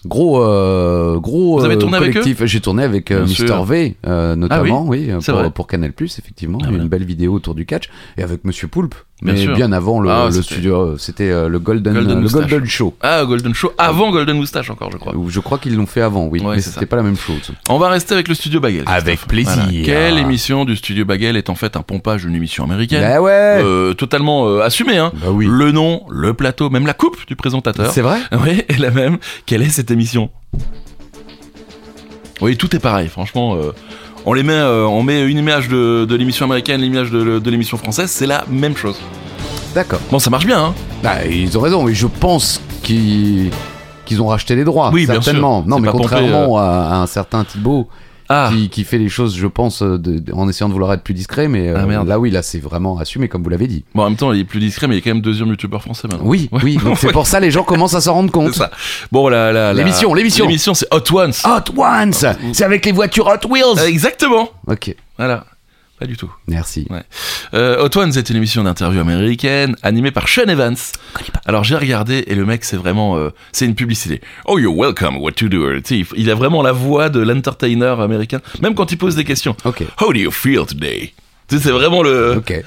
S3: Gros, euh, gros
S1: Vous avez
S3: euh,
S1: tourné avec
S3: collectif. J'ai tourné avec euh,
S1: Bien
S3: Mister
S1: sûr. Ah
S3: V, euh, notamment, oui,
S1: c'est
S3: pour,
S1: vrai.
S3: pour Canal effectivement.
S1: Ah,
S3: une
S1: voilà.
S3: belle vidéo autour du catch. Et avec Monsieur Poulpe,
S1: Bien
S3: mais
S1: sûr.
S3: bien avant le,
S1: Ah,
S3: le
S1: c'était-
S3: studio. euh, C'était euh, le Golden,
S1: Golden
S3: euh, le
S1: Moustache.
S3: Golden Show.
S1: Ah, Golden Show, avant Golden Moustache encore, je crois.
S3: Où Je crois qu'ils l'ont fait avant, oui,
S1: Ouais,
S3: mais
S1: c'est
S3: c'était
S1: ça.
S3: pas la même chose.
S1: On va rester avec le studio Bagel.
S2: Avec
S1: Christophe.
S2: plaisir.
S1: Quelle émission du studio Bagel est en fait un pompage d'une émission américaine
S3: Bah ouais
S1: Euh, Totalement euh, assumée, hein.
S3: Bah oui.
S1: Le nom, le plateau, même la coupe du présentateur.
S3: C'est vrai
S1: Oui, et la même. Quelle est cette émission Oui, tout est pareil, franchement. euh, on les met, euh, on met une image de, de l'émission américaine, l'image de, de l'émission française, c'est la même chose.
S3: D'accord.
S1: Bon, ça marche bien, hein
S3: Bah, ils ont raison, mais je pense qu'ils qu'ils ont racheté les droits.
S1: Oui, bien sûr.
S3: certainement. Non,
S1: C'est
S3: mais
S1: pas pompé, euh.
S3: contrairement à, à un certain Thibaut.
S1: Ah,
S3: qui, qui fait les choses, je pense, euh, de- de- en essayant de vouloir être plus discret, mais euh,
S1: Ah, merde.
S3: là oui, là c'est vraiment assumé, comme vous l'avez dit.
S1: bon, en même temps, il est plus discret, mais il est quand même deuxième youtubeur français maintenant.
S3: Oui,
S1: Ouais.
S3: oui, donc c'est
S1: Ouais.
S3: pour ça les gens commencent à s'en rendre
S1: C'est
S3: compte.
S1: ça. Bon, la, la, la-
S3: L'émission, l'émission.
S1: L'émission, c'est Hot Ones.
S3: Hot Ones C'est avec les voitures Hot
S1: Euh,
S3: Wheels
S1: Exactement.
S3: Ok,
S1: Voilà. Pas du tout.
S3: merci.
S1: Euh, Hot Ones est une émission d'interview américaine animée par Sean Evans. Alors j'ai regardé et le mec c'est vraiment euh, c'est une publicité. Oh you're welcome, what to do? Tu sais, il- Il a vraiment la voix de l'entertainer américain, même quand il pose des questions.
S3: Ok,
S1: How do you feel today? Tu sais, C'est vraiment le,
S3: ok.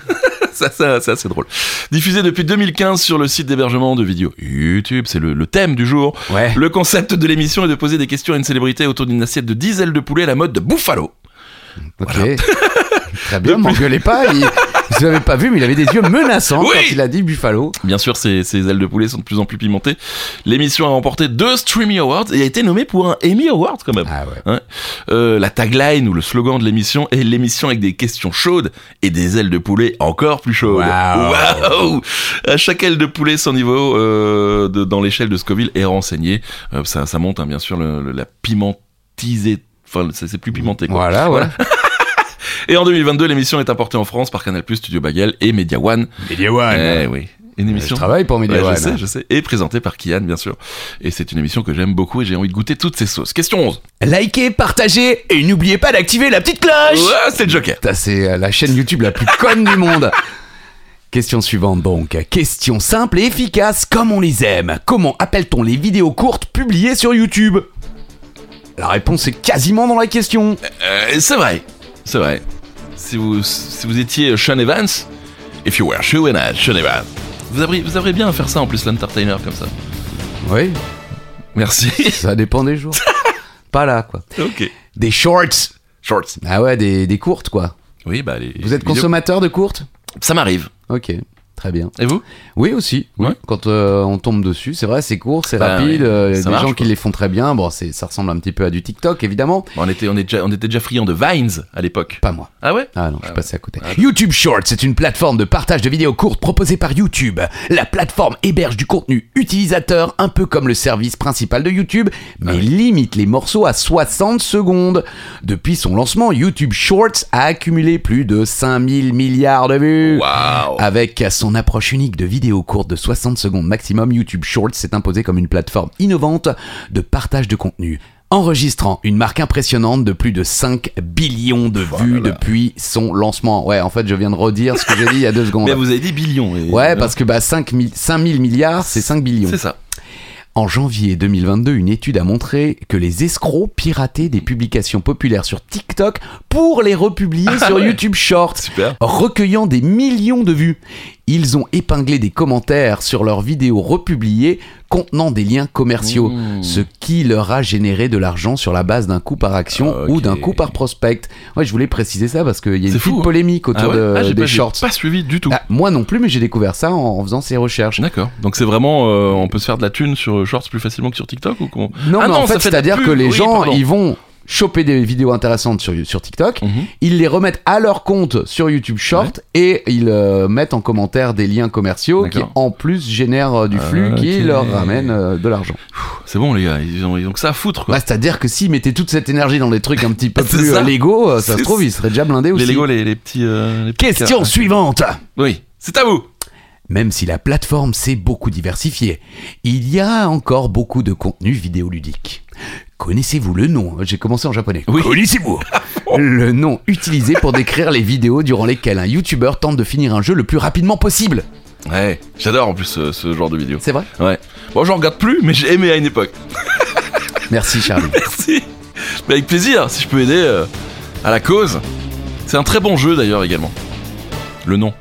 S1: ça, ça, ça, c'est drôle. Diffusé depuis 2015 sur le site d'hébergement de vidéos YouTube, c'est le, le thème du jour.
S3: Ouais.
S1: Le concept de l'émission est de poser des questions à une célébrité autour d'une assiette de 10 ailes de poulet à la mode de Buffalo.
S3: Ok. Très bien, m'engueulez pas. Il... Vous l'avez pas vu, mais il avait des yeux menaçants
S1: Oui.
S3: quand il a dit Buffalo.
S1: Bien sûr, ces, ces ailes de poulet sont de plus en plus pimentées. L'émission a remporté deux Streamy Awards et a été nommée pour un Emmy Award quand même.
S3: Ah ouais.
S1: Euh, la tagline ou le slogan de l'émission est l'émission avec des questions chaudes et des ailes de poulet encore plus chaudes.
S3: Waouh.
S1: Waouh à chaque aile de poulet, son niveau euh, de- dans l'échelle de Scoville est renseigné. Euh, ça, ça monte hein, bien sûr le- le- la pimentisée. Enfin, c'est c'est plus pimenté. Quoi.
S3: Voilà, ouais.
S1: Et en 2022, l'émission est importée en France par Canal+, Studio Bagel et Media One.
S2: Media
S3: Ah,
S2: One.
S1: Eh oui, une émission.
S3: bah Euh, Je travaille pour Media
S1: Ouais,
S3: One.
S1: je sais, je sais. Et présentée par Kian, bien sûr. Et c'est une émission que j'aime beaucoup et j'ai envie de goûter toutes ces sauces. Question 11.
S3: Likez, partagez et n'oubliez pas d'activer la petite cloche.
S1: Ouais, c'est le Joker.
S3: Putain, C'est euh, la chaîne YouTube la plus conne du monde. Question suivante donc. Question simple et efficace comme on les aime. Comment appelle-t-on les vidéos courtes publiées sur YouTube La réponse est quasiment dans la question.
S1: Euh, c'est vrai. C'est vrai. Si vous, si vous étiez Sean Evans, if you were Sean Evans, Sean Evans, vous auriez, vous auriez bien à faire ça en plus, l'entertainer comme ça.
S3: Oui,
S1: Merci.
S3: ça dépend des jours. Pas là quoi.
S1: ok.
S3: Des shorts.
S1: Shorts.
S3: Ah ouais, des, des courtes quoi.
S1: Oui, bah les.
S3: Vous êtes
S1: vidéos-
S3: consommateur de courtes
S1: Ça m'arrive.
S3: Ok, très bien.
S1: Et vous
S3: Oui aussi. oui.
S1: Ouais.
S3: Quand euh, on tombe dessus, c'est vrai, c'est court, c'est
S1: Bah,
S3: rapide.
S1: ouais.
S3: euh,
S1: Ça
S3: des
S1: marche,
S3: gens qui
S1: quoi.
S3: les font très bien. Bon, c'est- ça ressemble un petit peu à du TikTok évidemment.
S1: Bon, Bah, on, était, on, est déjà, on était déjà friands de Vines à l'époque.
S3: Pas moi.
S1: Ah ouais
S3: Ah non, je suis passé à côté. YouTube Shorts est une plateforme de partage de vidéos courtes proposée par YouTube. La plateforme héberge du contenu utilisateur, un peu comme le service principal de YouTube, mais limite les morceaux à 60 secondes. Depuis son lancement, YouTube Shorts a accumulé plus de 5000 milliards de vues. Ah,
S1: Waouh
S3: Avec son approche unique de vidéos courtes de 60 secondes maximum, YouTube Shorts s'est imposé comme une plateforme innovante de partage de contenu, enregistrant une marque impressionnante de plus de 5 billions de
S1: Oh
S3: vues depuis son lancement. Ouais, en fait, je viens de redire ce que j'ai dit il y a deux secondes.
S1: Mais vous avez dit billion. et-
S3: Ouais, parce que bah, 5 000 5000 milliards, c'est 5 billions.
S1: C'est ça.
S3: En janvier 2022, une étude a montré que les escrocs pirataient des publications populaires sur TikTok pour les republier sur
S1: Ah ouais.
S3: YouTube Shorts
S1: Super.
S3: recueillant des millions de vues. Ils ont épinglé des commentaires sur leurs vidéos republiées contenant des liens commerciaux,
S1: Mmh.
S3: ce qui leur a généré de l'argent sur la base d'un coût par action
S1: Ah,
S3: ou
S1: Ok.
S3: d'un coût par prospect. Ouais, je voulais préciser ça parce qu'il y a une
S1: C'est
S3: petite
S1: fou, hein.
S3: polémique autour
S1: Ah ouais
S3: de-
S1: Ah, j'ai
S3: des
S1: pas, j'ai
S3: shorts.
S1: pas suivi du tout.
S3: Ah, moi non plus, mais j'ai découvert ça en, en faisant ces recherches.
S1: D'accord. Donc c'est vraiment, euh, on peut se faire de la thune sur euh, Shorts plus facilement que sur TikTok ou comment
S3: Non,
S1: Ah
S3: mais en
S1: ça
S3: fait,
S1: de la
S3: c'est-à-dire
S1: pub.
S3: que les
S1: Oui,
S3: gens,
S1: pardon.
S3: ils vont choper des vidéos intéressantes sur, sur TikTok,
S1: Mhm.
S3: ils les remettent à leur compte sur YouTube Short et ils euh, mettent en commentaire des liens commerciaux qui
S1: D'accord.
S3: en plus génèrent euh, du flux
S1: Ah,
S3: qui
S1: ok.
S3: leur ramène euh, de l'argent.
S1: C'est bon les gars, ils ont, ils ont que ça à foutre quoi.
S3: Bah, C'est-à-dire que s'ils mettaient toute cette énergie dans des trucs un petit peu
S1: C'est
S3: plus
S1: ça.
S3: euh, légaux, euh, ça
S1: C'est
S3: se trouve,
S1: ça.
S3: ils seraient déjà blindés
S1: les
S3: aussi.
S1: Lego, les, les petits. euh, les petits
S3: Question
S1: cas.
S3: suivante
S1: Oui, c'est à vous.
S3: Même si la plateforme s'est beaucoup diversifiée, il y a encore beaucoup de contenu vidéoludique. Connaissez-vous le nom hein, J'ai commencé en japonais.
S1: Oui.
S3: Connaissez-vous Le nom utilisé pour décrire les vidéos durant lesquelles un youtubeur tente de finir un jeu le plus rapidement possible.
S1: Ouais, j'adore en plus euh, ce genre de vidéo.
S3: C'est vrai
S1: Ouais. Bon, j'en regarde plus, mais j'ai aimé à une époque.
S3: Merci Charlie.
S1: Merci. Mais avec plaisir, si je peux aider euh, à la cause. C'est un très bon jeu d'ailleurs également. Le nom.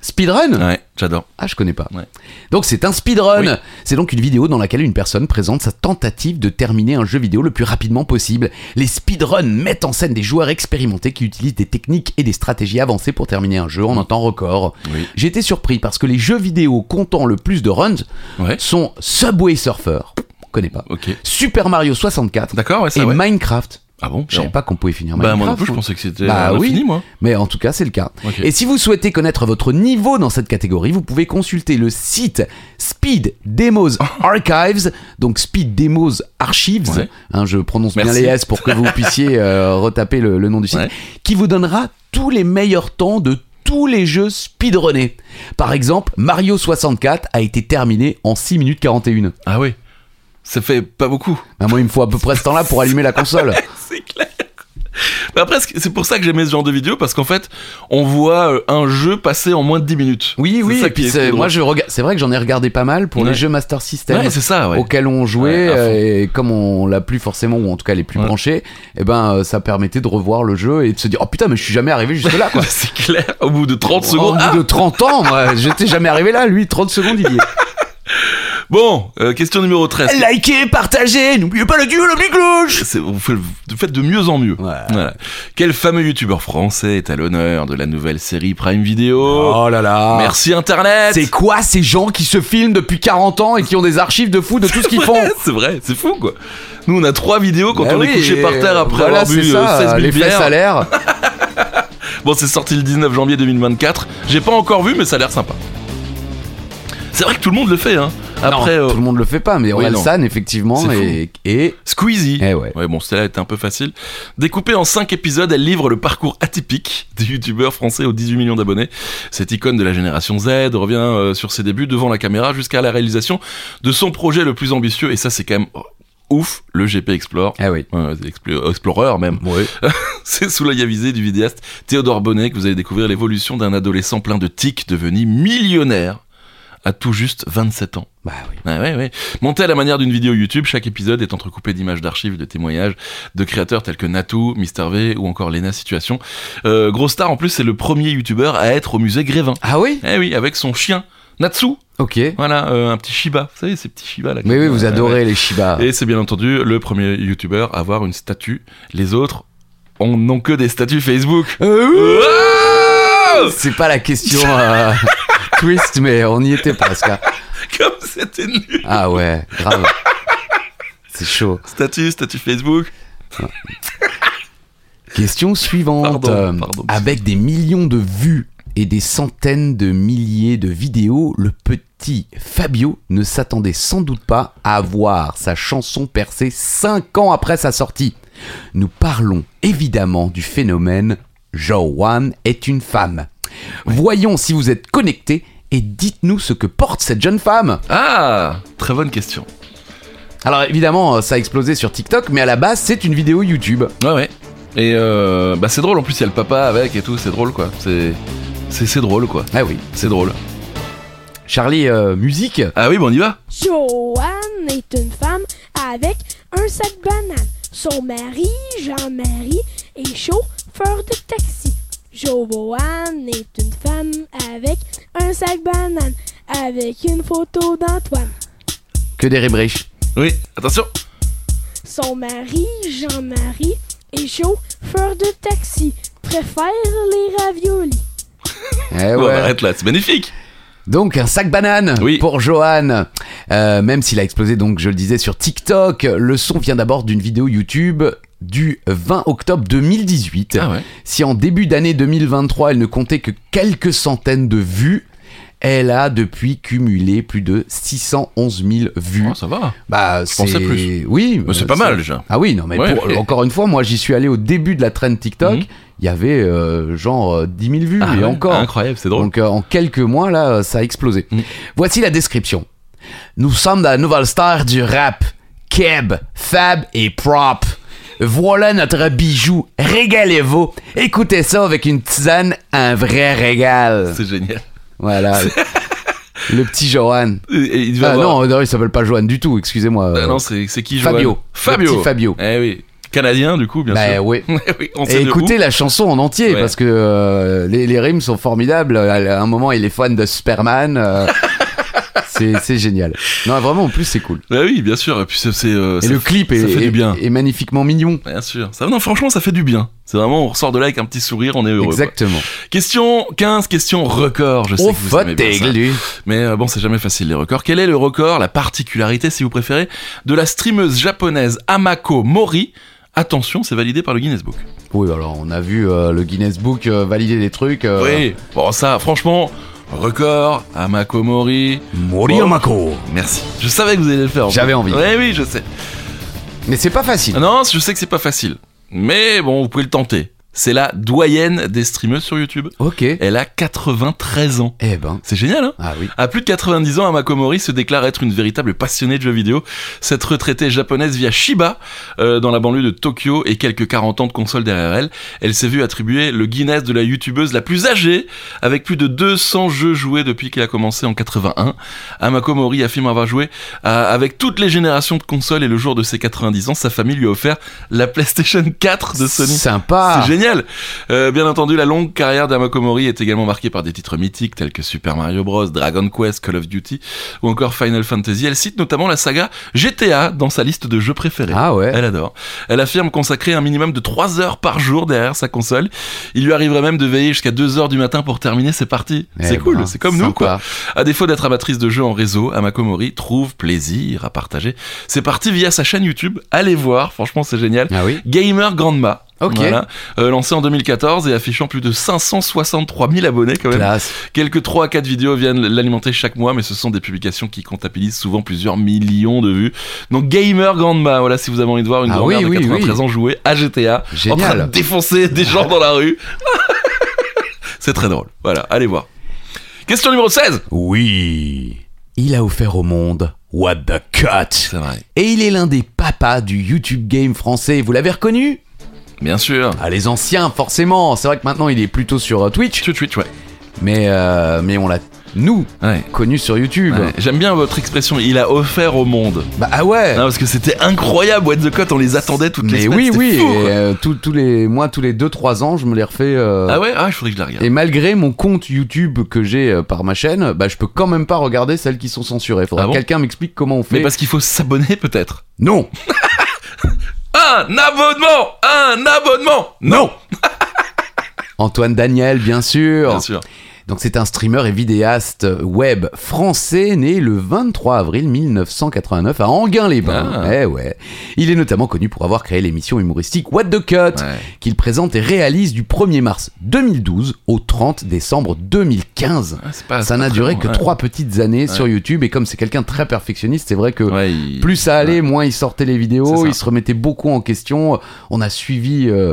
S3: Speedrun
S1: Ouais, j'adore.
S3: Ah, je connais pas.
S1: Ouais.
S3: Donc c'est un speedrun.
S1: Oui.
S3: C'est donc une vidéo dans laquelle une personne présente sa tentative de terminer un jeu vidéo le plus rapidement possible. Les speedruns mettent en scène des joueurs expérimentés qui utilisent des techniques et des stratégies avancées pour terminer un jeu en un temps record.
S1: Oui.
S3: J'ai été surpris parce que les jeux vidéo comptant le plus de runs
S1: Ouais.
S3: sont Subway Surfer, on connaît pas,
S1: Ok.
S3: Super Mario 64
S1: D'accord, ouais,
S3: et
S1: ça ouais.
S3: Minecraft.
S1: Ah bon
S3: Je savais
S1: Non.
S3: pas qu'on pouvait finir
S1: Bah,
S3: Minecraft.
S1: moi non plus, je
S3: hein.
S1: pensais que c'était.
S3: Bah
S1: on a
S3: oui.
S1: fini, moi.
S3: Mais en tout cas, c'est le cas.
S1: Ok.
S3: Et si vous souhaitez connaître votre niveau dans cette catégorie, vous pouvez consulter le site Speed Demos Archives, donc Speed Demos Archives,
S1: Ouais.
S3: hein, je prononce
S1: Merci.
S3: bien les S pour que vous puissiez euh, retaper le, le nom du site,
S1: Ouais.
S3: qui vous donnera tous les meilleurs temps de tous les jeux speedrunnés. Par exemple, Mario 64 a été terminé en 6 minutes 41.
S1: Ah oui. Ça fait pas beaucoup.
S3: Ah, moi, il me faut à peu près ce temps-là pour allumer la console.
S1: C'est clair. Bah, après, c'est c'est pour ça que j'aimais ce genre de vidéo, parce qu'en fait, on voit euh, un jeu passer en moins de 10 minutes.
S3: Oui,
S1: C'est
S3: oui,
S1: ça
S3: et
S1: qui
S3: puis
S1: est
S3: c'est-
S1: drôle.
S3: moi je regarde, c'est vrai que j'en ai regardé pas mal pour
S1: Ouais.
S3: les jeux Master System.
S1: Ouais, c'est ça, ouais.
S3: auquel on
S1: Ouais,
S3: jouait
S1: à fond.
S3: euh, et comme on l'a plus forcément ou en tout cas les plus
S1: Ouais.
S3: branchés et ben euh, ça permettait de revoir le jeu et de se dire oh putain mais je suis jamais arrivé jusque là quoi
S1: c'est clair. Au bout de 30
S3: Au
S1: secondes.
S3: bout
S1: Ah
S3: de 30 ans moi j'étais jamais arrivé là lui 30 secondes il y est
S1: Bon, euh, question numéro 13.
S3: likez partagez n'oubliez pas le duo le petit cloche
S1: C'est- Vous faites vous faites de mieux en mieux.
S3: Ouais.
S1: Voilà. Quel fameux youtubeur français est à l'honneur de la nouvelle série Prime Video
S3: oh là là
S1: Merci Internet
S3: c'est quoi ces gens qui se filment depuis 40 ans et qui ont des archives de fou de tout ce qu'ils font
S1: Ouais, C'est vrai, c'est fou quoi. Nous on a trois vidéos quand
S3: Bah
S1: on
S3: oui,
S1: est couché par
S3: et
S1: terre après
S3: voilà,
S1: avoir bu
S3: c'est
S1: euh,
S3: ça,
S1: 16 000
S3: les fesses
S1: bières.
S3: à l'air.
S1: Bon, c'est sorti le 19 janvier 2024. J'ai pas encore vu, mais ça a l'air sympa. C'est vrai que tout le monde le fait, hein. Après,
S3: Non,
S1: euh,
S3: tout le monde le fait pas, mais
S1: oui,
S3: Orelsan, effectivement,
S1: C'est
S3: et, et-
S1: Squeezie.
S3: Eh ouais.
S1: bon, celle-là était un peu facile. Découpée en 5 épisodes, elle livre le parcours atypique du youtubeur français aux 18 millions d'abonnés. Cette icône de la génération Z revient euh, sur ses débuts devant la caméra jusqu'à la réalisation de son projet le plus ambitieux, et ça, c'est quand même oh, ouf, le GP Explore.
S3: Ah oui.
S1: Ouais, Explo- Explorer même.
S3: Ouais.
S1: C'est sous l'œil avisé du vidéaste Théodore Bonnet que vous allez découvrir l'évolution d'un adolescent plein de tics devenu millionnaire à tout juste 27 ans. Ah
S3: Bah oui.
S1: Ouais, ouais, ouais. Monté à la manière d'une vidéo YouTube, chaque épisode est entrecoupé d'images d'archives, de témoignages de créateurs tels que Natou, Mister V ou encore Lena Situation. Euh, Gros Star, en plus, c'est le premier YouTuber à être au musée Grévin.
S3: Ah oui
S1: Eh oui, avec son chien, Natsu.
S3: Ok. Mais
S1: Voilà, euh, un petit Shiba. Vous savez, ces petits Shiba là.
S3: oui,
S1: qui-
S3: vous
S1: Ouais,
S3: adorez
S1: ouais.
S3: les Shiba.
S1: Et c'est bien entendu le premier YouTuber à avoir une statue. Les autres on n'ont que des statues Facebook.
S3: Euh, ouh C'est pas la question euh, twist, mais on y était presque. hein.
S1: Comme c'était nul.
S3: Ah ouais, grave. C'est chaud.
S1: Statue, statue Facebook.
S3: Question suivante.
S1: Pardon,
S3: Euh,
S1: pardon.
S3: Avec des millions de vues et des centaines de milliers de vidéos, le petit Fabio ne s'attendait sans doute pas à voir sa chanson percée 5 ans après sa sortie. Nous parlons évidemment du phénomène Joanne est une femme. Voyons si vous êtes connectés et dites-nous ce que porte cette jeune femme.
S1: Ah, très bonne question.
S3: Alors évidemment, euh, ça a explosé sur TikTok, mais à la base, c'est une vidéo YouTube.
S1: Ouais, ouais. Et euh, bah c'est drôle, en plus il y a le papa avec et tout, c'est drôle quoi. C'est, c'est, c'est drôle quoi.
S3: Ah oui.
S1: C'est drôle.
S3: Charlie, euh, musique
S1: Ah oui, bon, on y va
S5: Joanne est une femme avec un sac de bananes. Son mari, Jean-Marie, est chauffeur de taxi. Joanne est une femme avec un sac de bananes, avec une photo d'Antoine.
S3: Que des rébriches.
S1: Oui, attention
S5: Son mari, Jean-Marie, est chauffeur de taxi, préfère les raviolis.
S3: Eh
S1: On
S3: ouais.
S1: arrête là, c'est magnifique
S3: Donc un sac banane
S1: Oui.
S3: pour Johan. Euh, même s'il a explosé, donc je le disais, sur TikTok, le son vient d'abord d'une vidéo YouTube du 20 octobre 2018.
S1: Ah ouais
S3: Si en début d'année 2023, elle ne comptait que quelques centaines de vues, elle a depuis cumulé plus de 611 000 vues.
S1: Oh, Ça va
S3: bah, c'est...
S1: pensais plus.
S3: Oui,
S1: Mais
S3: euh,
S1: C'est pas mal déjà
S3: Ah oui, non, mais
S1: Ouais.
S3: pour- encore une fois, moi j'y suis allé au début de la trend TikTok, il
S1: Mhm.
S3: y avait euh, genre euh, 10 000 vues,
S1: Ah
S3: et
S1: ouais,
S3: encore.
S1: Incroyable, c'est drôle.
S3: Donc euh, en quelques mois, là, euh, ça a explosé.
S1: Mm.
S3: Voici la description. Nous sommes dans la nouvelle star du rap. Keb, Fab et Prop. Voilà notre bijou. Régalez-vous. Écoutez ça avec une tisane, un vrai régal.
S1: C'est génial.
S3: Voilà. le petit Johan.
S1: Et- et il devait
S3: Ah,
S1: avoir-
S3: non, non, il s'appelle pas Johan du tout, excusez-moi.
S1: Ah non, c'est, c'est qui Johan
S3: Fabio.
S1: Fabio
S3: Le petit Fabio.
S1: Eh oui. Canadien du coup, bien
S3: Bah,
S1: sûr.
S3: ouais.
S1: Eh oui, on
S3: Et
S1: sait de
S3: écoutez la chanson en entier
S1: Ouais.
S3: parce que euh, les, les rimes sont formidables. À un moment, il est fan de Superman. euh, c'est c'est génial. Non, vraiment, en plus, c'est cool.
S1: où. Bah oui, bien sûr. Et puis c'est, c'est, euh,
S3: Et
S1: ça
S3: le
S1: fait-
S3: clip
S1: ça
S3: est,
S1: fait
S3: est-
S1: du bien.
S3: est magnifiquement mignon.
S1: Bien sûr. Ça, non, franchement, ça fait du bien. C'est vraiment, on ressort de là avec un petit sourire, on est heureux. quoi.
S3: Exactement.
S1: Question 15, question record. Je sais
S3: Au
S1: que vous aimez
S3: fait,
S1: bien ça.
S3: lui.
S1: Mais euh, bon, c'est jamais facile les records. Quel est le record, la particularité, si vous préférez, de la streameuse japonaise Amako Mori Attention, c'est validé par le Guinness Book.
S3: Oui, alors on a vu euh, le Guinness Book euh, valider des trucs. euh,
S1: Oui, bon, ça, franchement, record, Amako Mori.
S2: Moriamako.
S1: Merci. Je savais que vous alliez le faire. en fait.
S3: J'avais envie.
S1: Oui, oui, je sais.
S3: Mais c'est pas facile.
S1: Non, je sais que c'est pas facile. Mais bon, vous pouvez le tenter. C'est la doyenne des streameuses sur YouTube.
S3: Ok. Eh
S1: Elle a 93 ans.
S3: ben.
S1: C'est génial, hein
S3: Ah oui.
S1: À plus de 90 ans, Amako Mori se déclare être une véritable passionnée de jeux vidéo. Cette retraitée japonaise via Shiba, euh, dans la banlieue de Tokyo, et quelques 40 ans de console derrière elle, elle s'est vue attribuer le Guinness de la youtubeuse la plus âgée, avec plus de 200 jeux joués depuis qu'elle a commencé en 81. Amako Mori affirme avoir joué à- avec toutes les générations de consoles, et le jour de ses 90 ans, sa famille lui a offert la PlayStation 4 de Sony.
S3: Sympa.
S1: C'est génial. Euh, bien entendu, la longue carrière d'Amakomori est également marquée par des titres mythiques tels que Super Mario Bros, Dragon Quest, Call of Duty ou encore Final Fantasy. Elle cite notamment la saga GTA dans sa liste de jeux préférés.
S3: Ah ouais.
S1: Elle adore. Elle affirme consacrer un minimum de 3 heures par jour derrière sa console. Il lui arriverait même de veiller jusqu'à 2 heures du matin pour terminer ses parties.
S3: Eh
S1: c'est
S3: ben,
S1: cool, c'est comme nous
S3: sympa.
S1: quoi. À défaut d'être amatrice de jeux en réseau, Amako Mori trouve plaisir à partager ses parties via sa chaîne YouTube. Allez voir, franchement c'est génial.
S3: Ah oui.
S1: Gamer Grandma.
S3: Ok.
S1: Voilà. Euh, lancé en 2014 et affichant plus de 563 000 abonnés quand même.
S3: Classe.
S1: Quelques 3 à 4 vidéos viennent l'alimenter chaque mois, mais ce sont des publications qui comptabilisent souvent plusieurs millions de vues. Donc Gamer Grandma, voilà si vous avez envie de voir une
S3: Ah
S1: grand-mère
S3: oui,
S1: de
S3: oui,
S1: 93
S3: oui.
S1: ans jouer à GTA, en train de
S3: Génial.
S1: défoncer des gens dans la rue. C'est très drôle. Voilà, allez voir. Question numéro 16
S3: Oui. Il a offert au monde What the Cut.
S1: vrai.
S3: Et il est l'un des papas du YouTube game français. Vous l'avez reconnu
S1: Bien sûr.
S3: Ah, les anciens, forcément. C'est vrai que maintenant, il est plutôt sur euh, Twitch.
S1: Tu tweets, ouais.
S3: Mais, euh, mais on l'a, nous,
S1: Ouais.
S3: connu sur YouTube.
S1: Ouais. J'aime bien votre expression, il a offert au monde.
S3: Bah, ah ouais.
S1: Non, parce que c'était incroyable, What the Cut, on les attendait toutes les
S3: mais
S1: semaines.
S3: oui,
S1: c'était
S3: oui.
S1: fou,
S3: et,
S1: quoi.
S3: euh, tous- tous les, moi, tous les 2-3 ans, je me les refais. euh,
S1: Ah ouais, ah, il faudrait que je la regarde.
S3: Et malgré mon compte YouTube que j'ai euh, par ma chaîne, bah, je peux quand même pas regarder celles qui sont censurées. Faudra
S1: Ah bon
S3: que quelqu'un m'explique comment on fait.
S1: Mais parce qu'il faut s'abonner peut-être.
S3: Non
S1: Un abonnement Un abonnement Non
S3: Antoine Daniel, bien sûr.
S1: Bien sûr.
S3: Donc c'est un streamer et vidéaste web français né le 23 avril 1989 à Anguin-les-Bains.
S1: Ah.
S3: Eh ouais. Il est notamment connu pour avoir créé l'émission humoristique What the Cut,
S1: Ouais.
S3: qu'il présente et réalise du 1er mars 2012 au 30 décembre 2015.
S1: Ouais, c'est pas- Ah,
S3: Ça
S1: c'est
S3: n'a
S1: pas
S3: duré
S1: très
S3: que
S1: long, ouais.
S3: trois petites années sur YouTube et comme c'est quelqu'un de très perfectionniste, c'est vrai que
S1: Ouais, il-
S3: plus ça allait, moins il sortait les
S1: C'est
S3: vidéos,
S1: ça.
S3: il se remettait beaucoup en question. On a suivi euh,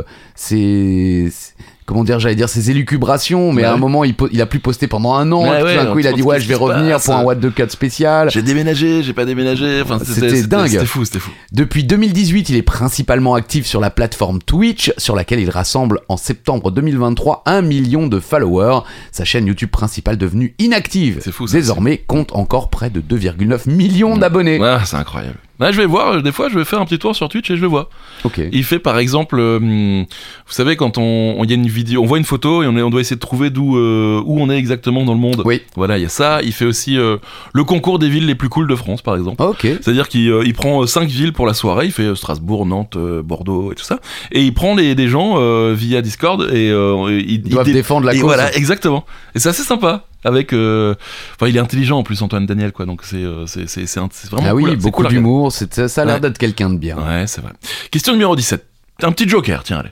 S3: ses, ses- comment dire, j'allais dire ses élucubrations, mais
S1: Ouais.
S3: à un moment il, po- il a plus posté pendant un an.
S1: Ouais,
S3: tout
S1: ouais,
S3: d'un coup,
S1: on
S3: il a
S1: se
S3: dit
S1: demande
S3: ouais,
S1: qu'est-ce
S3: je vais
S1: qui se
S3: revenir
S1: passe.
S3: pour un What the Cut spécial.
S1: J'ai déménagé, j'ai pas déménagé. Enfin,
S3: C'était dingue.
S1: C'était fou, c'était fou.
S3: Depuis 2018, il est principalement actif sur la plateforme Twitch, sur laquelle il rassemble en septembre 2023 un million de followers. Sa chaîne YouTube principale devenue inactive,
S1: C'est fou, ça,
S3: désormais compte encore près de 2,9 millions d'abonnés.
S1: Ouais, c'est incroyable. Ouais, je vais voir, euh, des fois je vais faire un petit tour sur Twitch et je le vois.
S3: Ok.
S1: Il fait par exemple, euh, hum, vous savez, quand on, on- il y a une vidéo, on voit une photo et on, est- on doit essayer de trouver d'où euh, où on est exactement dans le monde.
S3: Oui.
S1: Voilà, il y a ça. Il fait aussi euh, le concours des villes les plus cool de France, par exemple.
S3: Ok.
S1: C'est-à-dire qu'il euh, il prend 5 villes pour la soirée, il fait euh, Strasbourg, Nantes, euh, Bordeaux et tout ça, et il prend les, des gens euh, via Discord et euh, il- il,
S3: Ils doivent
S1: dé-
S3: défendre la
S1: et
S3: cause.
S1: voilà, exactement. Et c'est assez sympa. Avec, euh, enfin, il est intelligent en plus Antoine Daniel quoi, donc c'est euh, c'est c'est c'est un- c'est vraiment
S3: Ah oui,
S1: cool, c'est
S3: beaucoup
S1: cool à regarder.
S3: d'humour, c'est- ça, ça a l'air
S1: Ouais.
S3: d'être quelqu'un de bien.
S1: Ouais, c'est vrai. Question numéro 17. Un petit joker, tiens, allez.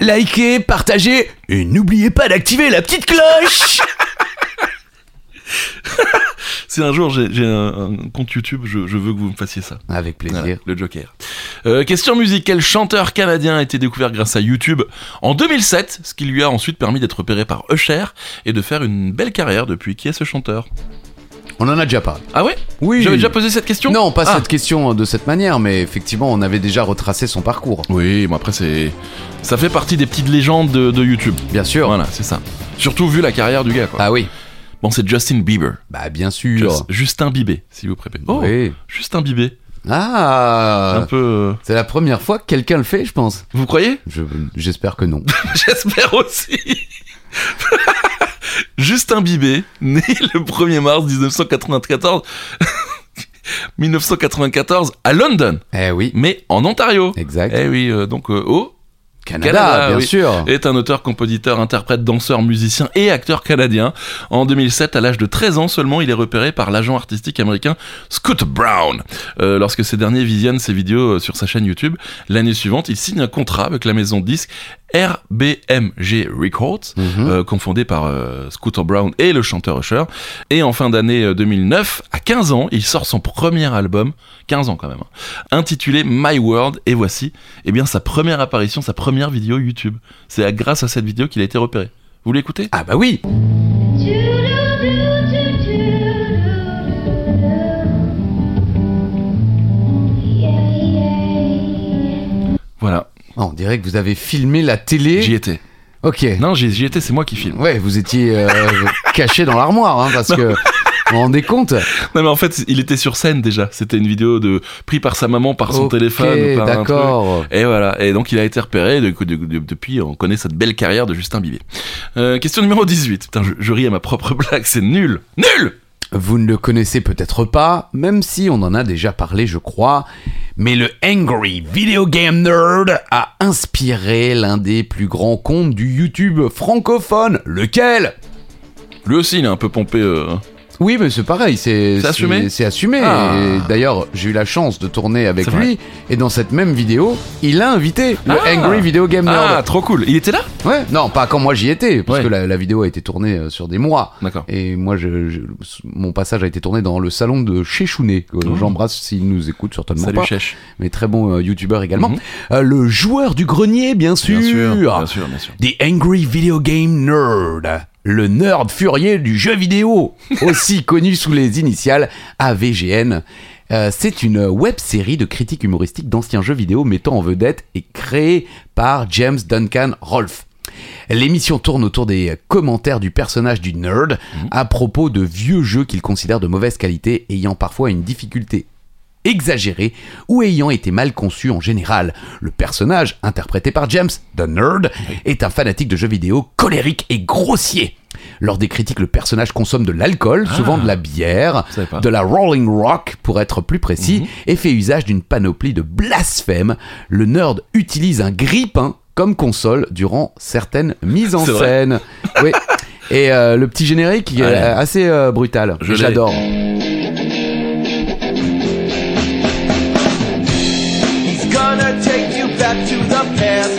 S3: Likez, partagez et n'oubliez pas d'activer la petite cloche
S1: Si un jour j'ai j'ai un, un compte YouTube, je, je veux que vous me fassiez ça.
S3: Avec plaisir.
S1: Voilà, le joker. Euh, question musique. Quel chanteur canadien a été découvert grâce à YouTube en 2007, ce qui lui a ensuite permis d'être repéré par Usher et de faire une belle carrière depuis. Qui est ce chanteur
S3: On en a déjà parlé.
S1: Ah ouais
S3: Oui.
S1: J'avais déjà posé cette question
S3: Non, pas
S1: Ah.
S3: cette question euh, de cette manière, mais effectivement, on avait déjà retracé son parcours.
S1: Oui, bon après c'est... Ça fait partie des petites légendes de, de YouTube.
S3: Bien sûr.
S1: Voilà, c'est ça. Surtout vu la carrière du gars, quoi.
S3: Ah oui.
S1: Bon, c'est Justin Bieber.
S3: Bah bien sûr.
S1: Just- Justin Bieber, si vous préférez. Oh,
S3: Oui.
S1: Justin Bieber. Un
S3: Ah
S1: peu... euh,
S3: C'est la première fois que quelqu'un le fait, je pense.
S1: Vous croyez
S3: Je- J'espère que non.
S1: J'espère aussi. Justin Bibé, né le 1er mars 1994, 1994 à London,
S3: eh oui.
S1: mais en Ontario.
S3: Exact.
S1: Eh oui, euh, donc euh, au
S3: Canada,
S1: Canada,
S3: bien
S1: oui.
S3: sûr.
S1: est un auteur, compositeur, interprète, danseur, musicien et acteur canadien. En 2007, à l'âge de 13 ans seulement, il est repéré par l'agent artistique américain Scott Brown. Euh, lorsque ces derniers visionnent ses vidéos euh, sur sa chaîne YouTube, l'année suivante, il signe un contrat avec la maison de disques RBMG Records
S3: Mhm.
S1: euh, confondé par euh, Scooter Brown et le chanteur Usher. Et en fin d'année euh, 2009, à 15 ans, il sort son premier album, 15 ans quand même, hein, intitulé My World. Et voici, eh bien, sa première apparition, sa première vidéo YouTube. C'est à- grâce à cette vidéo qu'il a été repéré. Vous l'écoutez
S3: Ah bah oui.
S1: Voilà,
S3: On dirait que vous avez filmé la télé.
S1: j'y étais.
S3: Ok.
S1: Non, j'y j'y étais, c'est moi qui filme.
S3: Ouais, vous étiez euh, caché dans l'armoire, hein, parce que. Vous vous rendez compte
S1: Non, mais en fait, il était sur scène déjà. C'était une vidéo de pris par sa maman, par son
S3: Ok,
S1: téléphone, par un truc.
S3: D'accord.
S1: Et voilà, et donc il a été repéré, du coup, du- du- depuis on connaît cette belle carrière de Justin Bieber. Euh, question numéro 18, putain je, je ris à ma propre blague, c'est nul Nul
S3: Vous ne le connaissez peut-être pas, même si on en a déjà parlé, je crois. Mais le Angry Video Game Nerd a inspiré l'un des plus grands comptes du YouTube francophone. Lequel
S1: Lui aussi il est un peu pompé, euh,
S3: Oui, mais c'est pareil, c'est
S1: C'est assumé
S3: C'est assumé.
S1: Ah.
S3: Et D'ailleurs, j'ai eu la chance de tourner avec
S1: C'est vrai.
S3: lui, et dans cette même vidéo, il a invité le
S1: Ah.
S3: Angry Video Game
S1: Ah,
S3: Nerd.
S1: trop cool. Il était là
S3: Ouais, non, pas quand moi j'y étais, parce
S1: Ouais.
S3: que la, la vidéo a été tournée euh, sur des mois.
S1: D'accord.
S3: Et moi, je, je- mon passage a été tourné dans le salon de chez Chounet, que
S1: Oh.
S3: j'embrasse s'il nous écoute certainement
S1: Salut
S3: pas,
S1: Chèche.
S3: mais très bon euh, youtubeur également.
S1: Mhm.
S3: Euh, le joueur du grenier, bien sûr.
S1: Bien sûr,
S3: Bah,
S1: bien sûr, bien sûr.
S3: The Angry Video Game Nerd, le nerd furieux du jeu vidéo, aussi connu sous les initiales AVGN. Euh, c'est une web série de critiques humoristiques d'anciens jeux vidéo mettant en vedette et créée par James Duncan Rolfe. L'émission tourne autour des commentaires du personnage du nerd à propos de vieux jeux qu'il considère de mauvaise qualité, ayant parfois une difficulté exagéré ou ayant été mal conçu en général. Le personnage, interprété par James, The Nerd, est un fanatique de jeux vidéo colérique et grossier. Lors des critiques, le personnage consomme de l'alcool, souvent de la bière,
S1: Ah. Je savais pas. Mhm.
S3: de la Rolling Rock pour être plus précis, et fait usage d'une panoplie de blasphèmes. Le nerd utilise un grille-pain comme console durant certaines mises en
S1: C'est vrai.
S3: scène. Oui. Et euh, le petit générique est
S1: Ouais.
S3: assez euh, brutal.
S1: Je l'ai.
S3: J'adore.
S6: He's gonna take you back to the past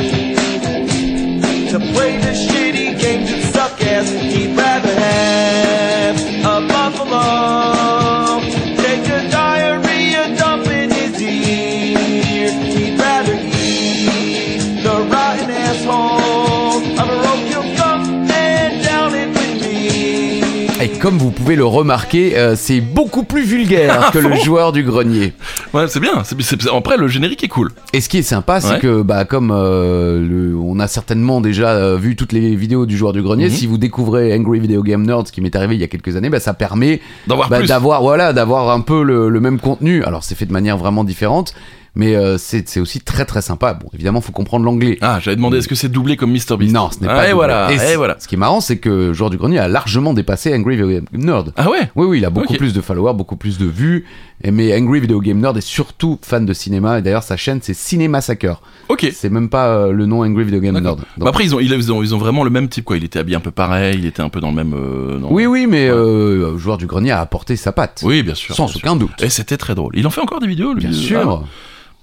S6: to play the shitty games you suck ass. He'd rather have a buffalo. Take a diarrhea dump in his ear. He'd rather eat the rotten asshole of a roadkill gum and down it with me.
S3: Et comme vous pouvez le remarquer, euh, c'est beaucoup plus
S1: Ah
S3: vulgaire que le joueur du grenier.
S1: Ouais, c'est bien. c'est- c'est- Après, le générique est cool.
S3: Et ce qui est sympa, c'est
S1: Ouais.
S3: que bah, comme euh, le- on a certainement déjà euh, vu toutes les vidéos du joueur du grenier,
S1: Mhm.
S3: si vous découvrez Angry Video Game Nerd, ce qui m'est arrivé il y a quelques années, bah, ça permet
S1: D'en voir
S3: bah,
S1: plus.
S3: d'avoir voilà, d'avoir un peu le, le même contenu. Alors c'est fait de manière vraiment différente, mais euh, c'est c'est aussi très très sympa. Bon, évidemment, faut comprendre l'anglais.
S1: Ah, j'avais demandé est-ce que c'est doublé comme Mr Beast.
S3: Non, ce n'est
S1: Ah,
S3: pas.
S1: Et
S3: doublé.
S1: voilà.
S3: Et
S1: Et
S3: c-
S1: voilà.
S3: Ce qui est marrant, c'est que Joueur du Grenier a largement dépassé Angry Video Game Nerd.
S1: Ah ouais.
S3: Oui, oui, il a beaucoup
S1: Ok.
S3: plus de followers, beaucoup plus de vues. Et- Mais Angry Video Game Nerd est surtout fan de cinéma. Et d'ailleurs, sa chaîne, c'est Cinéma Sacker.
S1: Ok.
S3: C'est même pas euh, le nom Angry Video Game Nerd.
S1: D'accord.
S3: Donc-
S1: Bah après, ils ont, ils, ont- ils ont, ils ont vraiment le même type, quoi. Il était habillé un peu pareil, il était un peu dans le même. euh, dans-
S3: oui, oui, mais euh, Joueur du Grenier a apporté sa patte.
S1: Oui, bien sûr.
S3: sans
S1: bien sûr.
S3: aucun doute.
S1: Et c'était très drôle. Il en fait encore des vidéos, lui
S3: Bien
S1: Ah,
S3: sûr.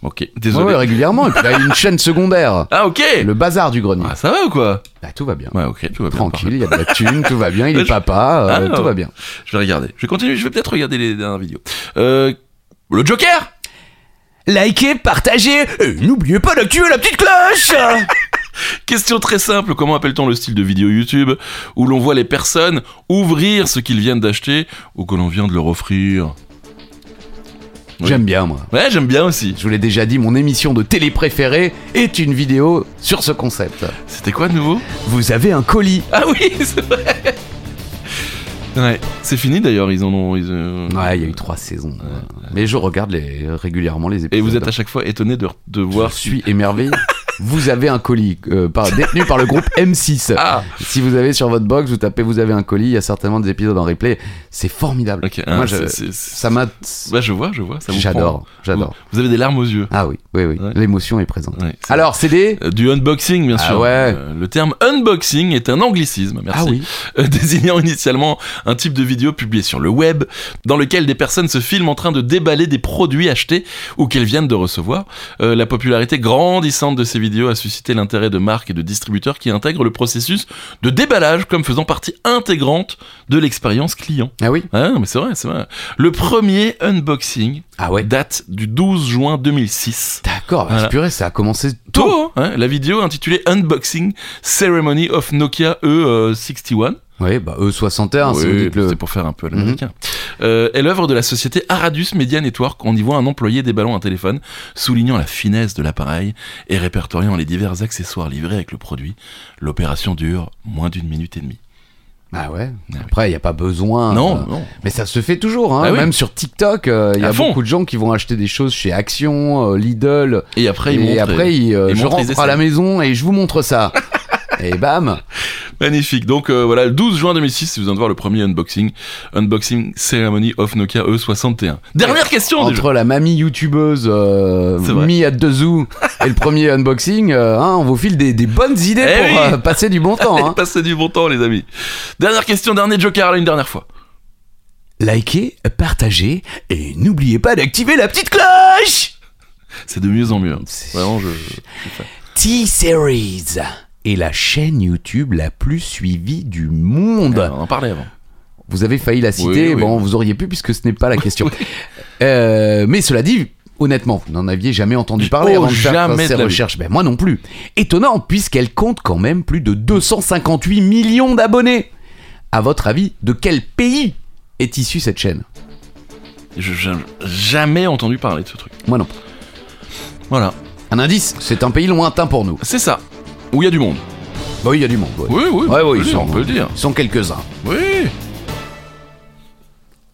S1: ok,
S3: Ouais,
S1: désolé.
S3: ouais, régulièrement. Et puis, il a une chaîne secondaire.
S1: Ah, ok
S3: Le bazar du grenier.
S1: Ah, ça va ou quoi
S3: Bah, tout va bien.
S1: Ouais, ok, tout va bien,
S3: Tranquille, il y a de la thune, tout va bien, il est
S1: Je-
S3: papa, euh,
S1: Ah,
S3: tout va bien.
S1: parfait. Je vais regarder. Je vais continuer, je vais peut-être regarder les dernières vidéos. Euh, le Joker
S2: Likez, partagez
S1: euh,
S2: et n'oubliez pas d'activer la petite cloche
S1: Question très simple, comment appelle-t-on le style de vidéo YouTube où l'on voit les personnes ouvrir ce qu'ils viennent d'acheter ou que l'on vient de leur offrir Oui.
S3: J'aime bien, moi.
S1: Ouais, j'aime bien aussi.
S3: Je vous l'ai déjà dit, mon émission de télé préférée est une vidéo sur ce concept.
S1: C'était quoi de nouveau
S3: Vous avez un colis.
S1: Ah oui, c'est vrai Ouais, c'est fini d'ailleurs, ils en ont... ils, euh,
S3: Ouais, il y a eu trois saisons. Mais je regarde les- régulièrement les épisodes.
S1: Et vous êtes à chaque fois étonné de, de
S3: Je
S1: voir...
S3: suis émerveillé. vous avez un colis euh, par- détenu par le groupe M6.
S1: Ah
S3: Si vous avez sur votre box, vous tapez vous avez un colis, il y a certainement des épisodes en replay. C'est formidable.
S1: Ok, hein,
S3: Moi, je-
S1: c'est- c'est- c'est-
S3: ça m'a.
S1: Ouais, je vois, je vois. ça vous
S3: J'adore,
S1: prend.
S3: j'adore.
S1: Vous avez des larmes aux yeux.
S3: Ah oui, oui, oui.
S1: Ouais.
S3: L'émotion est présente.
S1: Ouais, c'est-
S3: Alors, c'est des.
S1: Euh, Du unboxing, bien
S3: Ah
S1: sûr.
S3: ouais.
S1: Euh, le terme unboxing est un anglicisme, merci.
S3: Ah oui.
S1: Euh, désignant initialement un type de vidéo publiée sur le web, dans lequel des personnes se filment en train de déballer des produits achetés ou qu'elles viennent de recevoir. Euh, la popularité grandissante de ces vidéos a suscité l'intérêt de marques et de distributeurs qui intègrent le processus de déballage comme faisant partie intégrante de l'expérience client.
S3: Ah oui.
S1: Ah, non, mais c'est vrai, c'est vrai. Le premier unboxing
S3: Ah ouais.
S1: date du 12 juin 2006.
S3: D'accord. Bah,
S1: Voilà.
S3: purée, ça a commencé tôt.
S1: Tôt, hein, la vidéo intitulée Unboxing Ceremony of Nokia E61.
S3: Oui, bah E61, si vous
S1: Oui,
S3: dites le.
S1: C'est pour faire un peu l'américain. Euh, est l'œuvre de la société Aradus Media Network. On y voit un employé déballant un téléphone, soulignant la finesse de l'appareil et répertoriant les divers accessoires livrés avec le produit. L'opération dure moins d'une minute et demie.
S3: Ah ouais.
S1: Ah oui.
S3: Après, il n'y a pas besoin.
S1: non,
S3: euh,
S1: non.
S3: Mais ça se fait toujours, hein.
S1: Ah oui.
S3: même sur TikTok, euh, il y
S1: À
S3: a
S1: fond.
S3: beaucoup de gens qui vont acheter des choses chez Action, euh, Lidl,
S1: Et après, il
S3: et
S1: montre.
S3: après ils, euh,
S1: ils
S3: je
S1: montrent les
S3: rentre à la maison et je vous montre ça. et bam
S1: Magnifique. Donc euh, voilà, le 12 juin 2006, si vous venez de voir le premier unboxing, Unboxing Ceremony of Nokia E61. Dernière question déjà.
S3: Entre la mamie youtubeuse euh,
S1: C'est vrai.
S3: Mi at the zoo et le premier unboxing, euh, hein, on vous file des, des bonnes idées
S1: Eh
S3: pour
S1: oui.
S3: euh, passer du bon temps.
S1: Allez,
S3: hein.
S1: Passez du bon temps, les amis. Dernière question, dernier Joker, là, une dernière fois.
S3: likez, partagez et n'oubliez pas d'activer la petite cloche
S1: C'est de mieux en mieux. hein.
S3: C'est-
S1: Vraiment, je.
S3: T-Series est la chaîne YouTube la plus suivie du monde.
S1: On en parlait avant.
S3: Vous avez failli la citer,
S1: Oui, oui.
S3: bon, vous auriez pu puisque ce n'est pas la question. Euh, mais cela dit, honnêtement, vous n'en aviez jamais entendu parler
S1: Oh,
S3: avant de faire
S1: jamais
S3: ces
S1: de la vie.
S3: recherches. Ben, moi non plus. Étonnant, puisqu'elle compte quand même plus de 258 millions d'abonnés. À votre avis, de quel pays est issue cette chaîne
S1: Je j'ai jamais entendu parler de ce truc.
S3: Moi non. plus.
S1: Voilà.
S3: Un indice, c'est un pays lointain pour nous.
S1: C'est ça. Où il y a du monde.
S3: Bah oui, il y a du monde. ouais.
S1: Oui, oui.
S3: Ouais, ouais,
S1: oui,
S3: ils sont-
S1: on peut le dire.
S3: Ils sont quelques-uns.
S1: Oui.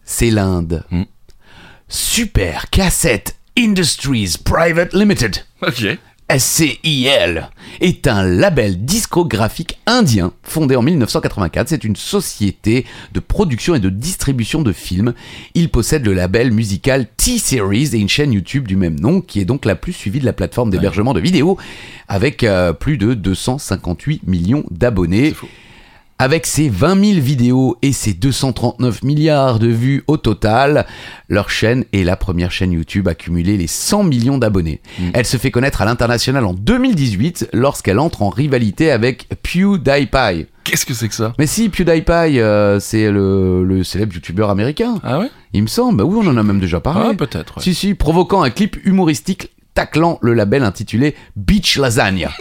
S3: c'est l'Inde.
S1: Hmm.
S3: Super Cassette Industries Private Limited,
S1: Ok.
S3: SCIL, est un label discographique indien fondé en 1984. C'est une société de production et de distribution de films. Il possède le label musical T-Series et une chaîne YouTube du même nom qui est donc la plus suivie de la plateforme d'hébergement de vidéos avec euh, plus de 258 millions d'abonnés.
S1: C'est fou.
S3: Avec ses 20 000 vidéos et ses 239 milliards de vues au total, leur chaîne est la première chaîne YouTube à cumuler les 100 millions d'abonnés.
S1: Mm.
S3: Elle se fait connaître à l'international en 2018 lorsqu'elle entre en rivalité avec PewDiePie.
S1: Qu'est-ce que c'est que ça
S3: Mais si, PewDiePie, euh, c'est le, le célèbre youtubeur américain,
S1: Ah ouais
S3: il me semble. Oui, on en a même déjà
S1: Ah,
S3: parlé.
S1: peut-être. ouais.
S3: Si, si, provoquant un clip humoristique taclant le label intitulé Beach Lasagna.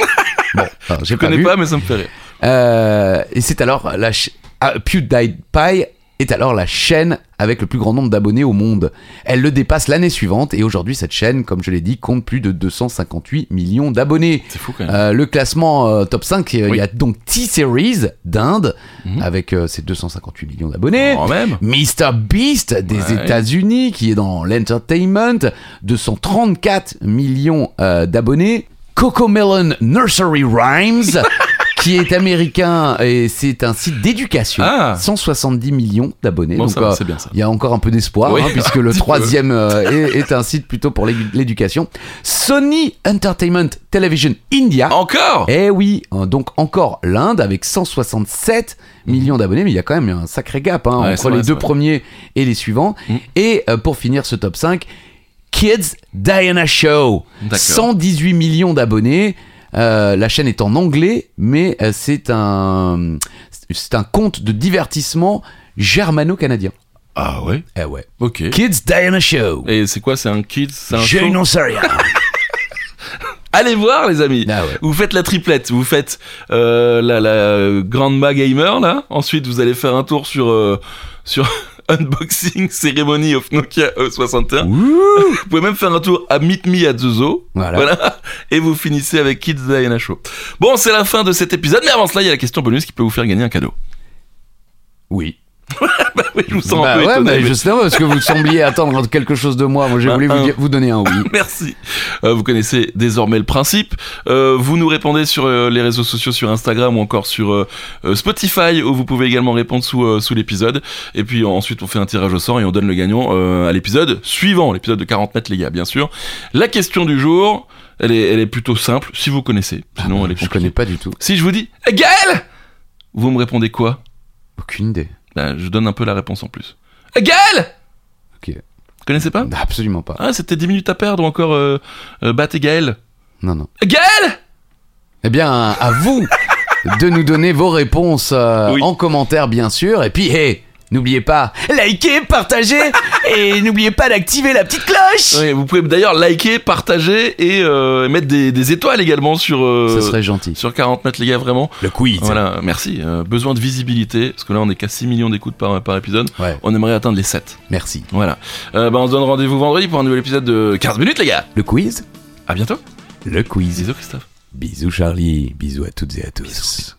S3: bon, enfin, j'ai
S1: Je connais
S3: vu.
S1: pas, mais ça me fait rire.
S3: Euh, et c'est alors la ch- ah, PewDiePie est alors la chaîne avec le plus grand nombre d'abonnés au monde. Elle le dépasse l'année suivante et aujourd'hui cette chaîne, comme je l'ai dit, compte plus de 258 millions d'abonnés.
S1: C'est fou quand même.
S3: Euh, le classement euh, top 5, euh, il
S1: Oui.
S3: y a donc T-Series d'Inde
S1: Mhm. Oh.
S3: avec euh, ses 258 millions d'abonnés.
S1: Quand même.
S3: Mr Beast des
S1: Ouais.
S3: États-Unis qui est dans l'entertainment, 234 millions euh, d'abonnés. Cocomelon Nursery Rhymes qui est américain et c'est un site d'éducation,
S1: Ah.
S3: 170 millions d'abonnés.
S1: Bon,
S3: Donc,
S1: ça va,
S3: euh,
S1: c'est bien ça.
S3: il y a encore un peu d'espoir
S1: Oui,
S3: hein, puisque le
S1: petit peu.
S3: troisième euh, est, est un site plutôt pour l'é- l'éducation. Sony Entertainment Television
S1: Oh,
S3: India.
S1: Encore
S3: Eh oui, hein, donc encore l'Inde avec 167 millions d'abonnés, mais il y a quand même un sacré gap hein,
S1: Ouais, c'est
S3: entre
S1: vrai,
S3: les
S1: c'est
S3: deux
S1: vrai.
S3: premiers et les suivants.
S1: Mhm.
S3: Et euh, pour finir ce top 5, Kids Diana Show,
S1: D'accord.
S3: 118 millions d'abonnés. Euh, la chaîne est en anglais, mais euh, c'est un c'est un compte de divertissement germano-canadien.
S1: Ah ouais
S3: Eh ouais.
S1: Ok.
S3: Kids Diana Show.
S1: Et c'est quoi C'est un kid C'est un
S3: Je
S1: show
S3: n'en sais rien.
S1: Allez voir, les amis.
S3: Ah ouais.
S1: Vous faites la triplette, vous faites euh, la, la euh, Grandma Gamer là, ensuite vous allez faire un tour sur, euh, sur Unboxing Ceremony of Nokia E61. Vous pouvez même faire un tour à Meet Me at the Zoo.
S3: Voilà.
S1: Voilà. Et vous finissez avec Kids Diana Show. Bon, c'est la fin de cet épisode, mais avant cela, il y a la question bonus qui peut vous faire gagner un cadeau.
S3: Oui.
S1: Bah oui, je vous sens un
S3: Bah
S1: peu
S3: ouais,
S1: étonné,
S3: mais
S1: mais-
S3: je sais pas, parce que vous sembliez attendre quelque chose de moi. Moi, j'ai
S1: Un,
S3: voulu vous,
S1: un.
S3: dire- vous donner un oui.
S1: Merci. Euh, vous connaissez désormais le principe. Euh, vous nous répondez sur euh, les réseaux sociaux, sur Instagram ou encore sur euh, euh, Spotify, où vous pouvez également répondre sous, euh, sous l'épisode. Et puis euh, ensuite, on fait un tirage au sort et on donne le gagnant euh, à l'épisode suivant, l'épisode de 40 mètres, les gars, bien sûr. La question du jour, elle est, elle est plutôt simple, si vous connaissez. Sinon, Bah elle est
S3: Ah Je
S1: compliquée.
S3: connais pas du tout.
S1: Si je vous dis Eh, Gaël, vous me répondez quoi
S3: Aucune idée.
S1: Ben, Je donne un peu la réponse en plus. Eh, Gaël
S3: Ok.
S1: Vous connaissez pas
S3: Bah, Absolument pas.
S1: Ah, c'était 10 minutes à perdre ou encore euh, euh, Bat et Gaël.
S3: Non, non.
S1: Gaël
S3: Eh bien, à vous de nous donner vos réponses euh,
S1: Oui.
S3: en commentaire, bien sûr. Et puis, hé, n'oubliez pas, likez, partagez et n'oubliez pas d'activer la petite cloche.
S1: Oui, Vous pouvez d'ailleurs liker, partager et euh, mettre des, des étoiles également sur, euh,
S3: Ce serait gentil.
S1: sur 40 mètres, les gars, vraiment.
S3: Le quiz.
S1: Voilà, merci. Euh, besoin de visibilité, parce que là, on est qu'à 6 millions d'écoutes par, par épisode.
S3: Ouais,
S1: On aimerait atteindre les 7.
S3: merci.
S1: Voilà. Euh, bah, on se donne rendez-vous vendredi pour un nouvel épisode de 15 minutes, les gars.
S3: Le quiz
S1: À bientôt.
S3: Le quiz.
S1: Bisous, Christophe.
S3: Bisous Charlie, bisous à toutes et à tous.